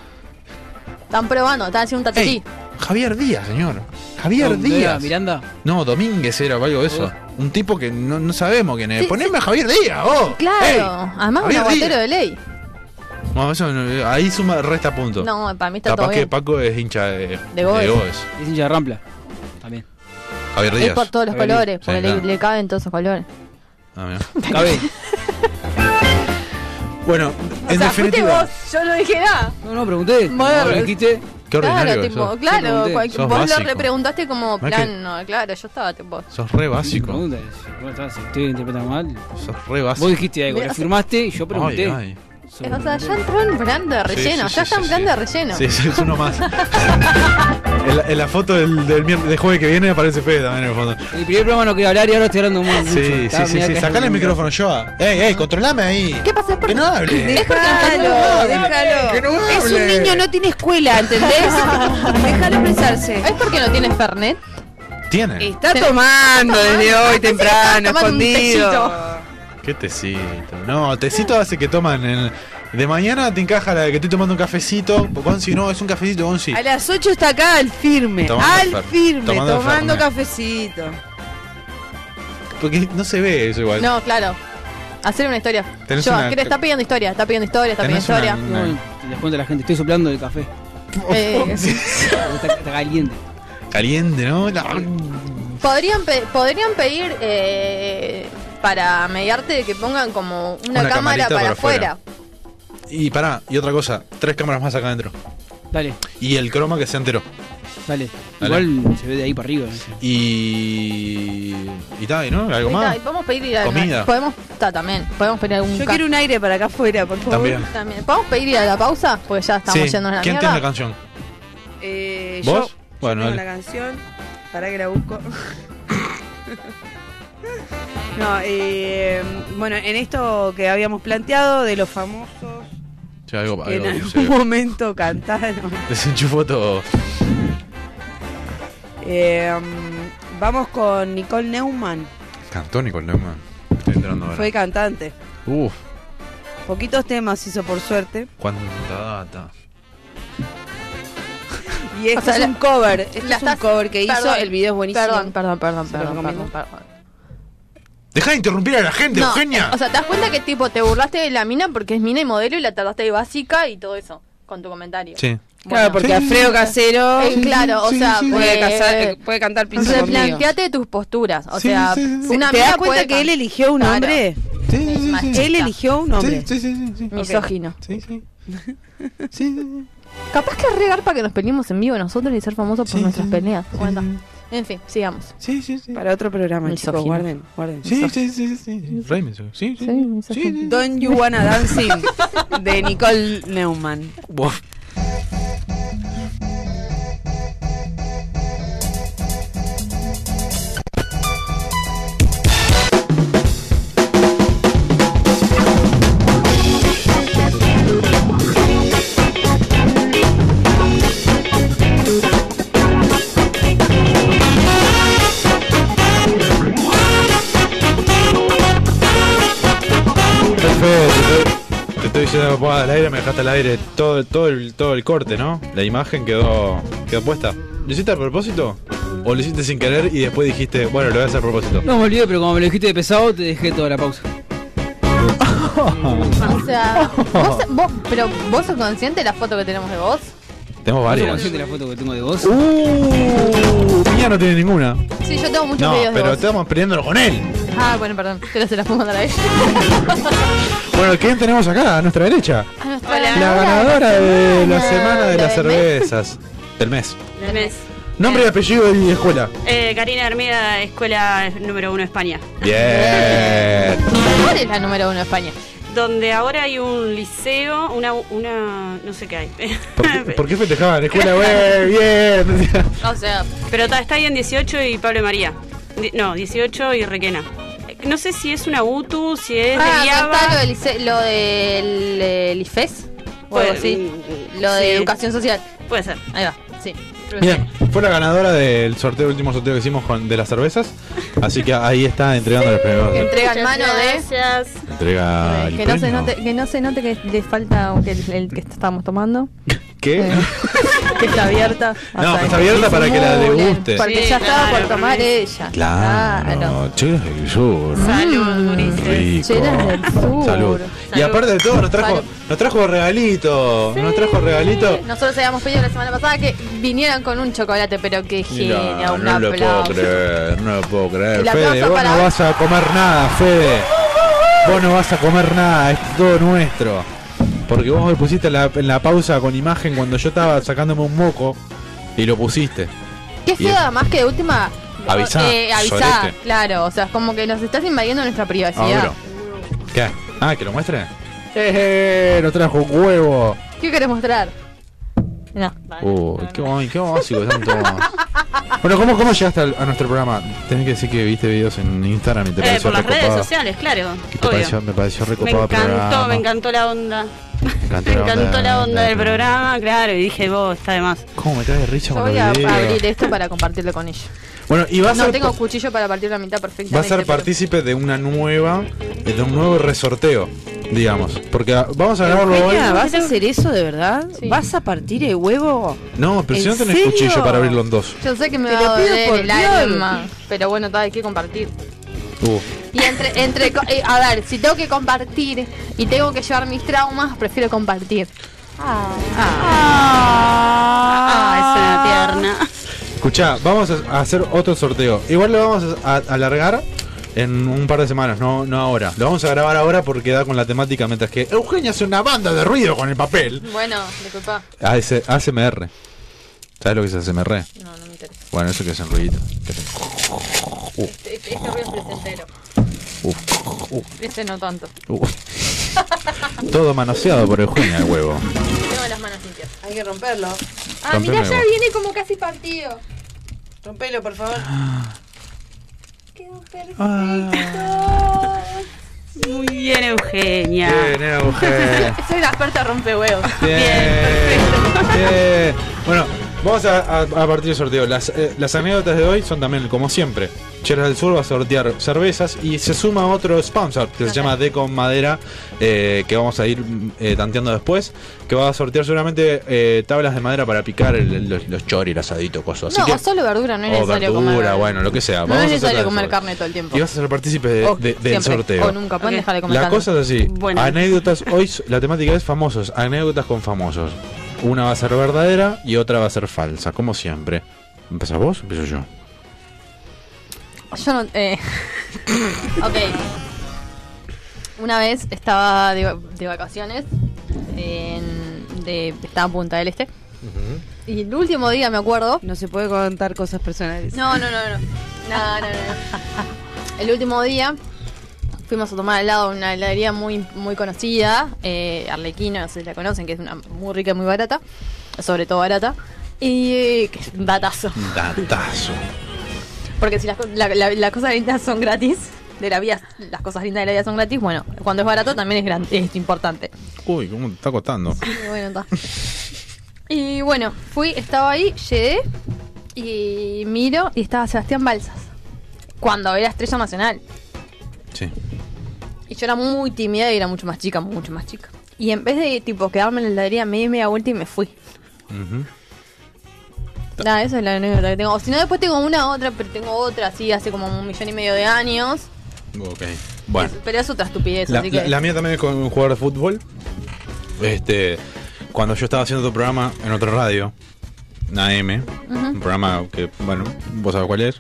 F: Están probando, están haciendo un tatatí.
E: Ey, Javier Díaz, señor. Javier
G: ¿Dónde era,
E: Díaz.
G: Miranda.
E: No, Domínguez era o algo de eso. Un tipo que no, no sabemos quién es.
F: Sí,
E: Poneme a Javier Díaz, oh.
F: Claro,
E: Ey,
F: además un
E: Javier
F: aguatero
E: Díaz.
F: de ley.
E: No, eso no- ahí suma, resta punto.
F: No, para mí está todo
E: Capaz que
F: bien.
E: Paco es hincha de,
F: De Goes.
E: Goes.
G: Es hincha de Rampla. También.
E: Javier
F: Es
E: Díaz.
F: por todos los
G: Javier
F: colores,
E: Sí,
F: porque le,
E: claro.
F: le caben todos esos colores.
E: Ah, mirá.
G: Cabe.
F: <laughs>
E: Bueno, en definitiva.
F: yo no dije nada.
G: No, no, pregunté.
F: Bueno,
G: Como vos lo dijiste.
E: Qué ordinario
F: Claro,
E: que
F: tipo,
E: sos.
F: claro,
G: Sí,
F: cual-
E: sos
F: vos
E: básico.
F: lo repreguntaste como
E: No es que-
F: plan, no, claro, yo estaba tipo. eh,
E: Sos re básico.
G: Pregunta, si- bueno, está, si estoy interpretando mal.
E: Sos re
G: Vos
E: básico.
G: dijiste algo,
F: Mira,
G: lo afirmaste y yo pregunté.
E: Ay, ay.
G: Sobre-
F: O sea, ya entró en plan de
E: Sí,
F: relleno,
E: sí,
F: ya
E: sí,
F: está en
E: sí,
F: plan
E: sí.
F: de relleno.
E: Sí, sí, es uno más. <laughs> en, la, en la foto del, del, mier- del jueves que viene aparece Fede también en el fondo.
G: En el primer programa no quería hablar y ahora estoy hablando muy mucho.
E: Sí, sí,
G: Estaba
E: sí,
G: medio
E: sí.
G: acá-
E: Sacale el micrófono, Joa. Ey, ey, controlame ahí.
F: ¿Qué pasa? Es por-
E: Que no hable.
H: Déjalo, déjalo.
E: que no hable.
H: es un niño, no tiene
E: <laughs>
H: escuela, ¿entendés? déjalo expresarse.
F: ¿Es porque no tiene Fernet? Eh.
E: Tiene.
H: Está tomando desde hoy
F: Está
H: temprano,
F: tomando un
H: escondido.
F: tecito.
E: ¿Qué tecito? No, tecito hace que toman. en- de mañana te encaja la de que estoy tomando un cafecito. Gonzi, no, es un cafecito, Gonzi.
H: A las 8 está acá al firme,
E: Tomando
H: al
E: fer-
H: firme,
E: tomando
H: tomando,
E: fernet.
H: cafecito.
E: Porque no se ve eso igual.
F: No, claro. Hacer una historia.
E: Tenés
F: Yo,
E: una-
F: que le está pidiendo historia, está pidiendo historia, está pidiendo
E: Tenés una- <laughs>
F: historia.
G: No, les cuento a la gente, estoy soplando el café.
F: Eh,
G: porque Está, está caliente.
E: Caliente, ¿no? La-
F: ¿podrían, pe- podrían pedir eh, para mediarte que pongan como una,
E: Una
F: cámara
E: camarita
F: para
E: para
F: afuera.
E: Y pará, y otra cosa, tres cámaras más acá adentro.
G: Dale,
E: Y el croma que se enteró.
G: dale.
E: Dale.
G: Igual se ve de ahí para arriba. no sé.
E: Y. Y tal, ¿no? ¿Algo
F: Ahí
E: más?
F: está, y podemos pedir a
E: Comida.
F: Podemos, está, también. Podemos pedir algún
H: Yo
F: ca-
H: quiero un aire para acá afuera, por favor.
E: También.
F: también. ¿Podemos pedir ir a la pausa? Porque ya estamos
E: Sí.
F: yendo a la
E: ¿Quién
F: mierda.
E: tiene la canción?
H: Eh,
E: ¿Vos?
H: Yo, yo
E: Bueno,
H: tengo
E: dale.
H: la canción, para que la busco. <laughs> no, eh, bueno, en esto que habíamos planteado de los famosos
E: Sí, algo,
H: que en
E: algo,
H: algún
E: sí.
H: <laughs> momento cantaron.
E: <laughs> Desenchufó todo.
H: Eh, mm, vamos con Nicole Neumann,
E: Cantó Nicole Neumann. Estoy entrando ahora.
H: fue cantante.
E: Uf,
H: Poquitos temas hizo por suerte.
E: cuánta data.
H: Y este
F: O sea,
H: es
F: la-
H: un cover. Este
F: la
H: es un
F: estás-
H: cover que hizo.
F: perdón,
H: El video es buenísimo.
F: Perdón, perdón, perdón,
H: Se lo
F: perdón,
H: recomiendo.
F: perdón, perdón.
E: Deja de interrumpir a la gente,
F: No,
E: Eugenia.
F: O sea, ¿te das cuenta que tipo te burlaste de la mina porque es mina y modelo y la trataste de básica y todo eso? Con tu comentario.
E: sí.
H: Claro, porque Alfredo Casero
F: Eh, claro, o sea,
H: puede,
F: eh,
H: casar- eh, puede cantar piso conmigo.
F: Replanteate tus posturas. O
E: Sí,
F: sea,
E: sí, sí, sí.
F: una
H: ¿Te das
F: mina
H: cuenta
F: puede
H: que él
F: can-
H: eligió un
F: Claro.
H: hombre?
E: Sí, sí, sí, sí.
F: Machista.
H: Él eligió un hombre.
E: Sí, sí, sí, sí, sí.
F: Misógino.
E: Sí, sí.
F: <laughs>
E: Sí, sí,
F: Capaz que regar para que nos peleemos en vivo nosotros y ser famosos por
E: Sí,
F: nuestras
E: sí,
F: peleas.
E: sí,
F: Bueno,
E: sí.
F: En fin, sigamos.
E: sí, sí, sí.
H: Para otro programa,
F: Misógino.
H: chicos. Guarden, guarden.
E: Sí, sí, sí, sí, sí. Re misógino. Sí, sí.
F: Sí,
E: Sí,
F: misógino.
E: sí, sí.
H: Don't You Wanna Dancing de Nicole Neumann.
E: Uf. Perfecto. te- Te estoy diciendo que pongas al aire, me dejaste al aire todo, todo, el, todo el corte, ¿no? La imagen quedó, quedó puesta. ¿Lo hiciste a propósito? ¿O lo hiciste sin querer y después dijiste, bueno, lo voy a hacer a propósito?
G: No me olvidé, pero como me lo dijiste de pesado, te dejé toda la pausa.
F: O sea, vos, vos- pero vos sos consciente de la foto que tenemos de vos?
E: Tenemos
G: ¿No sos
E: varias.
G: consciente de la foto que tengo de vos?
E: ¡Uh! Piña no tiene ninguna.
F: Sí, yo tengo muchos
E: No,
F: videos de
E: pero
F: vos.
E: estamos peleándonos con él.
F: Ah, bueno, perdón. Pero se las pongo a
E: <laughs>
F: la vez.
E: Bueno, ¿quién tenemos acá a nuestra derecha?
F: A nuestra
E: La ganadora de la semana de
F: la
E: las
F: del mes. Ah.
E: cervezas. Del mes.
I: Del mes.
E: Nombre y apellido
F: <laughs>
E: y escuela.
I: Eh, Karina Hermida, escuela número uno España.
E: Bien.
F: ¿Cuál es la número uno de España?
I: donde ahora hay un liceo, una, una no sé qué hay.
C: ¿Por
I: <laughs>
C: qué, por qué festejaban? Escuela, wey, bien.
F: O sea,
I: Pero ta- está ahí en 18 y Pablo y María. Di- no, 18 y Requena. Eh, No sé si es una UTU, si es
F: ah,
I: de
F: acá
I: IABA.
F: está lo del, lice- lo del, eh, IFES o algo
I: Puede-
F: así.
I: mm,
F: Lo de
I: sí.
F: educación social.
I: Puede ser.
F: Ahí va, sí.
C: Bien, fue la ganadora del sorteo, último sorteo que hicimos con, de las cervezas. Así que ahí está entregando el
F: <laughs>
C: premio.
F: Entrega en mano de.
I: Gracias.
C: Entrega Ah, el
F: Que no, se
C: premio.
F: note, que no se note que le falta aunque el, el que estábamos tomando.
C: ¿Qué?
F: Eh, que está abierta. O
C: No,
F: sea,
C: está abierta para que la
F: simulen,
C: deguste.
F: Porque
I: Sí,
F: ya estaba
I: claro,
F: por tomar
I: porque-
F: ella.
C: Claro, chelas del sur.
I: Salud, Ulises.
C: Rico.
F: Chelas del sur.
C: Salud. Y
I: Salud.
C: aparte de todo, nos trajo,
F: Salud.
C: nos trajo regalito. Nos trajo regalito.
F: Nosotros habíamos pedido la semana pasada que vinieran con un chocolate, pero qué genia,
C: No,
F: un
C: no lo puedo
F: aplauso.
C: creer, no lo puedo creer.
F: El
C: Fede,
F: aplauso
C: vos
F: para-
C: no vas a comer nada, Fede. Vos no vas a comer nada, es todo nuestro. Porque vos me pusiste la- en la pausa con imagen cuando yo estaba sacándome un moco y lo pusiste.
F: Qué feo,
C: Bien.
F: además que de última.
C: Avisá,
F: eh, avisá,
C: sorete.
F: claro. O sea, es como que nos estás invadiendo nuestra privacidad.
C: Ahora. ¿Qué? Ah, que lo muestre. Eh, eh, nos trajo un huevo.
F: ¿Qué querés mostrar? No.
C: Uy, qué, bon- qué básico que son todos. Bueno, ¿cómo, cómo llegaste al- a nuestro programa? Tenés que decir que viste videos en Instagram y te
I: Eh,
C: pareció
I: por las redes
C: recopado.
I: sociales, claro.
C: Que te
I: obvio.
C: pareció, me pareció
I: me
C: recopado el
I: encantó,
C: programa.
I: me encantó la onda.
C: encantó
I: <laughs> Me
C: la onda
I: encantó la
C: del-
I: onda
C: del
I: del programa, claro, y dije, vos, está de más.
C: ¿Cómo me cae de risa
F: Yo
C: cuando
F: voy
C: lo
F: a
C: leo?
F: abrir esto para compartirlo con ella.
C: Bueno, y va a
F: No
C: ser,
F: tengo cuchillo para partir la mitad perfectamente.
C: va a ser
I: este
F: pero-
C: partícipe de una nueva, de un nuevo resorteo, digamos. Porque ah, vamos a grabarlo hoy.
H: Eugenia, ¿vas a hacer eso de verdad?
F: Sí.
H: ¿Vas a partir el huevo?
C: No, pero si
H: ¿En
C: no tenés
H: serio?
C: cuchillo para abrirlo en dos.
F: Yo sé que me
H: Te
F: va
H: lo
F: a
H: pido
F: doler
H: por
F: el
H: Dios.
F: alma, pero bueno, todavía hay que compartir.
C: Uh,
F: Y entre, entre, co- eh, a ver, si tengo que compartir y tengo que llevar mis traumas, prefiero compartir.
I: Ah, es una tierna.
C: escuchá, vamos a hacer otro sorteo. Igual lo vamos a a- alargar en un par de semanas, no, no ahora. Lo vamos a grabar ahora porque da con la temática, mientras que Eugenia hace una banda de ruido con el papel.
F: Bueno, disculpa.
C: AS ASMR. ¿Sabes lo que es ASMR?
F: No, no me interesa.
C: Bueno, eso que es un ruidito.
F: Este, este ruido es placentero. Este no tanto.
C: <laughs> Uh. Todo manoseado por Eugenia, el huevo.
F: Tengo las manos limpias.
H: Hay que romperlo.
F: Ah, mira,
C: Rompeme
F: ya
C: vos.
F: viene como casi partido.
H: Rompelo, por favor.
F: Quedó perfecto.
I: <laughs> Muy bien, Eugenia.
C: Bien, Euge.
F: Soy una experta rompehuevos.
C: Bien, bien. Bueno, vamos a, a- a partir del sorteo. Las, eh, las anécdotas de hoy son también, como siempre. Chelas del Sur va a sortear cervezas y se suma otro sponsor que se llama Deco Madera, eh, que vamos a ir mm, eh, tanteando después, que va a sortear seguramente eh, tablas de madera para picar el- los, los choris, el asadito, cosas así.
F: No,
C: que-
F: o solo verdura, no es
C: o
F: necesario comer.
C: verdura, bueno, lo que sea.
F: No
C: Vamos a
F: es necesario
C: tratar de
F: comer
C: sobre-
F: carne todo el tiempo.
C: Y vas a ser partícipe de-
F: O
C: de- del
F: siempre,
C: sorteo.
F: O nunca, pueden
I: Ok.
F: dejar de comer
C: La
F: carne.
C: cosa es así.
I: Bueno.
C: Anécdotas, hoy s- la temática es famosos, anécdotas con famosos. Una va a ser verdadera y otra va a ser falsa, como siempre. ¿Empezás vos? Empiezo yo.
F: Yo no. Eh. <laughs> ok. Una vez estaba de, va- de vacaciones. en- de, estaba en Punta del Este. Y el último día, me acuerdo.
H: No se puede contar cosas personales.
F: No, no, no, no. No, no, no, no. El último día fuimos a tomar helado en una heladería muy, muy conocida, eh, Arlequino, no sé si la conocen, que es una muy rica y muy barata, sobre todo barata. Y eh, que es un datazo.
C: Datazo.
F: Porque si las, co- la- la- las cosas lindas son gratis, de la vida, las cosas lindas de la vida son gratis, bueno, cuando es barato también es, gran- es importante.
C: Uy, cómo te está costando.
F: Y bueno, ta. Y bueno, fui, estaba ahí, llegué y miro y estaba Sebastián Balsas. Cuando era estrella nacional.
C: Sí.
F: Y yo era muy tímida y era mucho más chica, mucho más chica. Y en vez de tipo quedarme en la heladería, me di media vuelta y me fui.
C: Ujú.
F: Nada, esa es la anécdota que tengo. O si no, después tengo una otra, pero tengo otra así hace como un millón y medio de años.
C: Ok. Bueno.
F: Pero es otra estupidez,
C: La,
F: así que.
C: la- la mía también es con un jugador de fútbol. Este, cuando yo estaba haciendo otro programa en otra radio, una M, un programa que, bueno, vos sabés cuál es.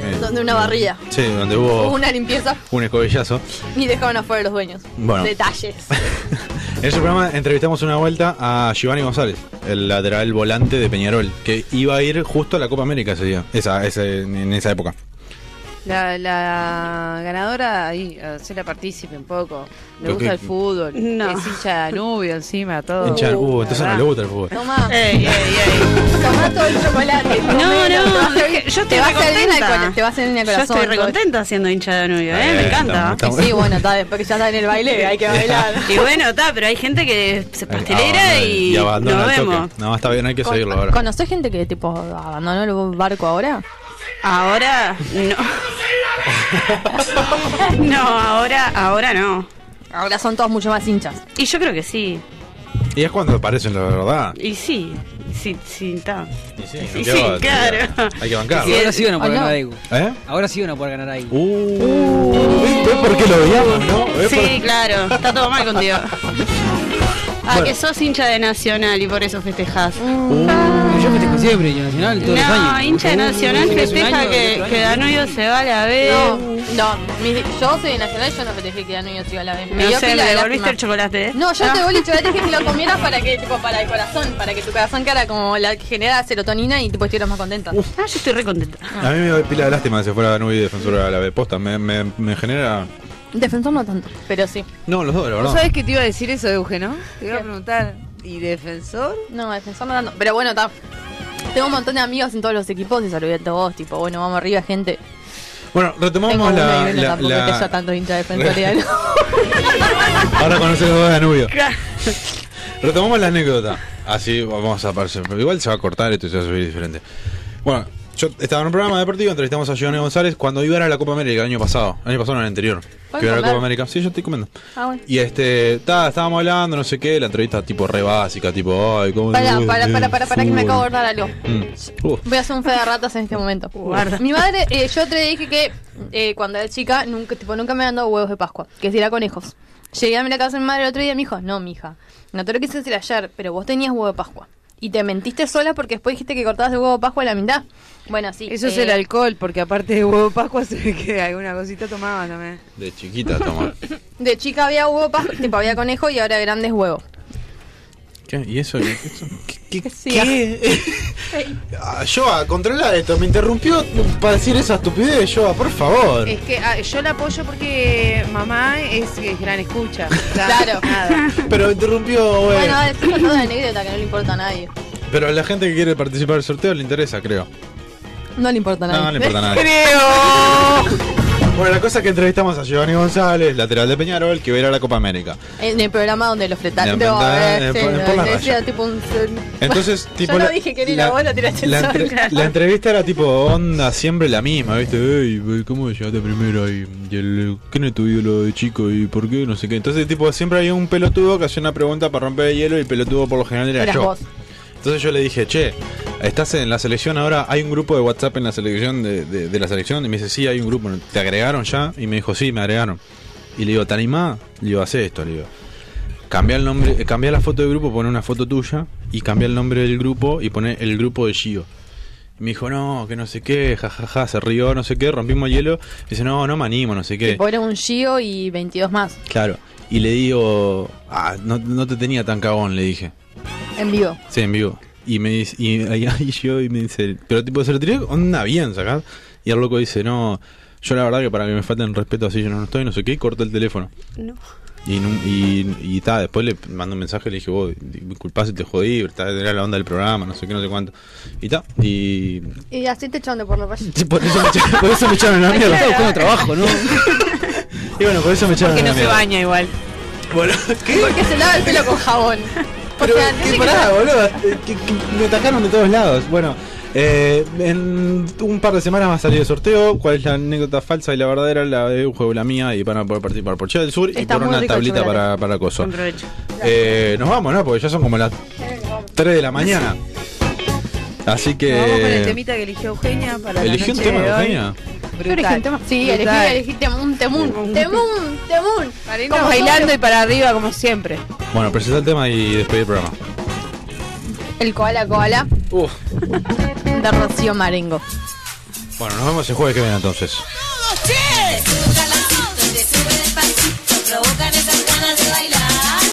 C: Eh,
F: Donde una barrida.
C: Sí, donde
F: Hubo
C: hubo
F: una limpieza
C: un escobillazo.
F: y dejaron afuera los dueños.
C: Bueno.
F: Detalles.
C: En ese programa entrevistamos una vuelta a Giovanni González, el lateral volante de Peñarol, que iba a ir justo a la Copa América ese día, esa, ese- en esa época.
H: La, la ganadora ahí, se la participe un poco. Le
E: Lo
H: gusta
E: que-
H: el fútbol.
I: No.
H: Es hincha de Danubio encima, todo.
E: Hincha- uh, entonces no
H: ¿verdad?
E: le gusta el
C: <laughs>
E: fútbol.
F: Toma,
I: Ey, ey, ey.
F: toma todo el chocolate.
I: <laughs> No, no, dejé- yo
F: Te
I: estoy
F: va a salir
I: recontenta.
F: al cole- te va a salir en el
I: Yo
F: corazón.
I: estoy recontenta siendo hincha de Danubio, ¿eh?
E: Eh,
I: Me encanta.
E: estamos-
F: Sí, bueno, está, después que ya está en el baile, hay que bailar.
I: Y bueno, está, pero hay gente que se
E: <laughs>
I: pastelera
E: Abandona-
I: y,
E: abandona
I: nos
E: al toque.
I: vemos.
E: No, está bien, hay que seguirlo ahora.
F: ¿Conoces gente que tipo abandonó el barco ahora?
I: Ahora no. no, ahora, ahora no.
F: Ahora son todos mucho más hinchas.
I: Y yo creo que sí.
E: Y es cuando aparecen, la verdad.
I: Y sí. Sí, sí, está.
E: Y sí,
I: no sí, quedó- claro. Ah,
E: Hay que bancarlo.
G: Y ahora sí van a poder
F: Hola.
G: ganar algo.
E: ¿Eh?
G: Ahora sí van a poder ganar algo.
E: Uh, ¿Ves por qué lo veíamos, no? ¿Ves por-
I: Sí, claro. Está todo mal contigo. Ah, que sos hincha de Nacional y por eso festejás.
G: Yo festejo siempre, yo nacional, todos los
I: no,
G: años.
I: hincha de
G: Uno,
I: Nacional
G: uno, un
I: festeja
G: año,
I: que,
G: otro año.
I: que Danubio se va a la B.
F: No, no, mi- yo soy de Nacional y yo no festejé que ganó y a la vez.
I: No
F: dio
I: sé,
F: pila de
I: me devolviste
F: lástima.
I: el chocolate. ¿eh?
F: No, yo
I: Ah.
F: te devolví el chocolate dije que
I: <laughs>
F: lo comieras para que, tipo, para el corazón, para que tu corazón cara como la que genera serotonina y tipo estuvieras más contenta.
I: Ah, yo estoy re contenta.
E: A mí me da pila de lástima que se fuera Danubio y defensora a la B. Posta, me, me, me genera.
F: Defensor no tanto, pero sí.
E: No, los dos, la
H: ¿Vos
E: verdad.
H: sabés que te iba a decir eso, Euge, no? Te iba a preguntar. ¿Y defensor?
F: No, defensor no tanto. Pero bueno, está. Tengo un montón de amigos en todos los equipos y saludé a todos, tipo, bueno, vamos arriba, gente.
E: Bueno,
F: Tengo
E: retomamos
F: uno
E: la.
F: y uno,
E: la-
F: tampoco
E: la-
F: es que haya tantos hinchas
E: <laughs>
F: defensores. ¿no?
E: Ahora conoce los dos de Danubio. Retomamos la anécdota. Así vamos a pararse. Igual se va a cortar esto y se va a subir diferente. Bueno, yo estaba en un programa deportivo, entrevistamos a Giovanni González cuando iba a la Copa América el año pasado. El año pasado no, el anterior.
F: ¿Puedo
E: Que iba a la
F: comer?
E: Copa América. Sí, yo estoy comiendo.
F: Ah, bueno.
E: Y este, ta, estábamos hablando, no sé qué, la entrevista tipo re básica, tipo, ay, ¿cómo
F: Para,
E: se-
F: para, para, para, para que me acabo de acordar algo.
E: Mm. Uh,
F: Voy a hacer un fe de ratas en este
H: <laughs>
F: momento. Mi madre, eh, yo te dije que eh, cuando era chica, nunca, tipo, nunca me han dado huevos de Pascua, que si era conejos. Llegué a la casa de mi madre el otro día y me dijo, no, mija, no te lo quise decir ayer, pero vos tenías huevo de Pascua. Y te mentiste sola porque después dijiste que cortabas el huevo de Pascua a la mitad. Bueno, sí.
H: Eso es
F: eh,
H: el alcohol, porque aparte de huevo pascua se ve que alguna cosita tomaba también.
E: de
J: <laughs>
E: chiquita, toma.
F: De chica había huevo de Pascua, tipo, había conejo y ahora grandes huevos.
E: ¿Qué? ¿Y eso? ¿Y eso? ¿Qué? qué-
F: Sí,
J: ¿Qué? <laughs> Ah, Joa, controla esto. Me interrumpió para decir esa estupidez, Joa, por favor.
H: Es que ah, yo la apoyo porque mamá es, es gran <laughs> escucha.
F: Claro.
H: Nada.
J: Pero interrumpió,
F: Bueno,
J: bueno.
F: después contó de anécdota que no le importa a nadie.
E: Pero a la gente que quiere participar del sorteo le interesa, creo.
F: No le importa a nadie.
E: No, no le importa nada.
J: Bueno, la cosa es que entrevistamos a Giovanni González.
E: Lateral de Peñarol que va a ir a la Copa América.
F: <laughs> En el programa donde los fletaron.
E: La
F: No,
E: verdad,
F: eh,
E: eh,
F: sí,
E: por-
F: no,
E: por la
F: decía
E: raya.
F: tipo un-
E: Entonces, tipo.
F: Yo no dije que ni la, vos lo tiraste
E: la,
F: sola.
E: entre- la entrevista era tipo onda, siempre la misma, ¿viste? Ey, wey, ¿cómo llegaste primero? ¿Y, y el, ¿Quién es tu ídolo de chico? ¿Y por qué? No sé qué. Entonces, tipo, siempre había un pelotudo que hacía una pregunta para romper el hielo y el pelotudo por lo general era
F: Eras
E: yo.
F: vos.
E: Entonces yo le dije, che, estás en la selección ahora, hay un grupo de WhatsApp en la selección de, de- de la selección. Y me dice, sí, hay un grupo, ¿te agregaron ya? Y me dijo, sí, me agregaron. Y le digo, ¿te animás? Le digo, hace esto, le digo. Cambia el nombre, eh, cambia la foto del grupo, pone una foto tuya y cambia el nombre del grupo y pone el grupo de Gio. Y me dijo, no, que no sé qué, jajaja, se rió, no sé qué, rompimos el hielo. Y dice, no, no me animo, no sé qué.
F: Tipo, era un Gio y 22 más
E: Claro. Y le digo, ah, no, no te tenía tan cagón, le dije.
F: en vivo.
E: Sí, en vivo. Y me dice, y, ahí- <laughs> ahí yo y me dice, pero tipo se lo tiré, onda bien, sacás. Y el loco dice, no, yo la verdad que para que me falten respeto así yo no estoy, no sé qué, y corta el teléfono.
I: No.
E: Y, nu- y, y ta, después le mando un mensaje, le dije, vos, disculpá si te jodí, pero ta, era la onda del programa, no sé qué, no sé cuánto. Y ta, y...
F: Y así te echaron de por la calle.
E: Sí, Por eso me echaron, por eso me echaron a la Ah, mierda.
G: Estaba buscando trabajo, ¿no?
E: Y bueno, por eso me echaron a
H: que
E: la
H: no se
E: mierda.
H: baña igual.
J: Bueno, ¿qué?
F: Porque se lava el pelo con
E: <laughs>
F: jabón. O
J: Pero,
F: sea,
J: ¿qué
F: tiene que-
J: pará, boludo? eh, que- que me atacaron de todos lados. Bueno, eh, en un par de semanas va a salir el sorteo. ¿Cuál es la anécdota falsa y la verdadera? La de un juego la mía. Y van a poder participar por Chile del Sur
F: Está
J: y por
F: muy
J: una
F: rico el
J: tablita
F: chocolate.
J: para, para coso.
I: Buen provecho.
J: Eh, nos vamos, ¿no? Porque ya son como las 3 de la mañana. Así
H: Nos Vamos con el
J: que.
H: temita que eligió Eugenia para
E: Eh, ¿Eligió
H: la
E: un
H: noche
E: tema,
H: de hoy.
E: Eugenia?
F: Yo elegí un tema. Sí, elegí,
H: Brutal.
F: elegí Temun, Temun, Temun, Temun.
H: Para irnos
F: Como
H: bailando
F: todo
H: y para arriba como siempre.
E: Bueno, presenta el tema y despedir el programa.
F: El koala koala
E: Uf.
F: de Rocío Marengo.
E: Bueno, nos vemos el jueves que viene entonces.
B: Provocan esas ganas de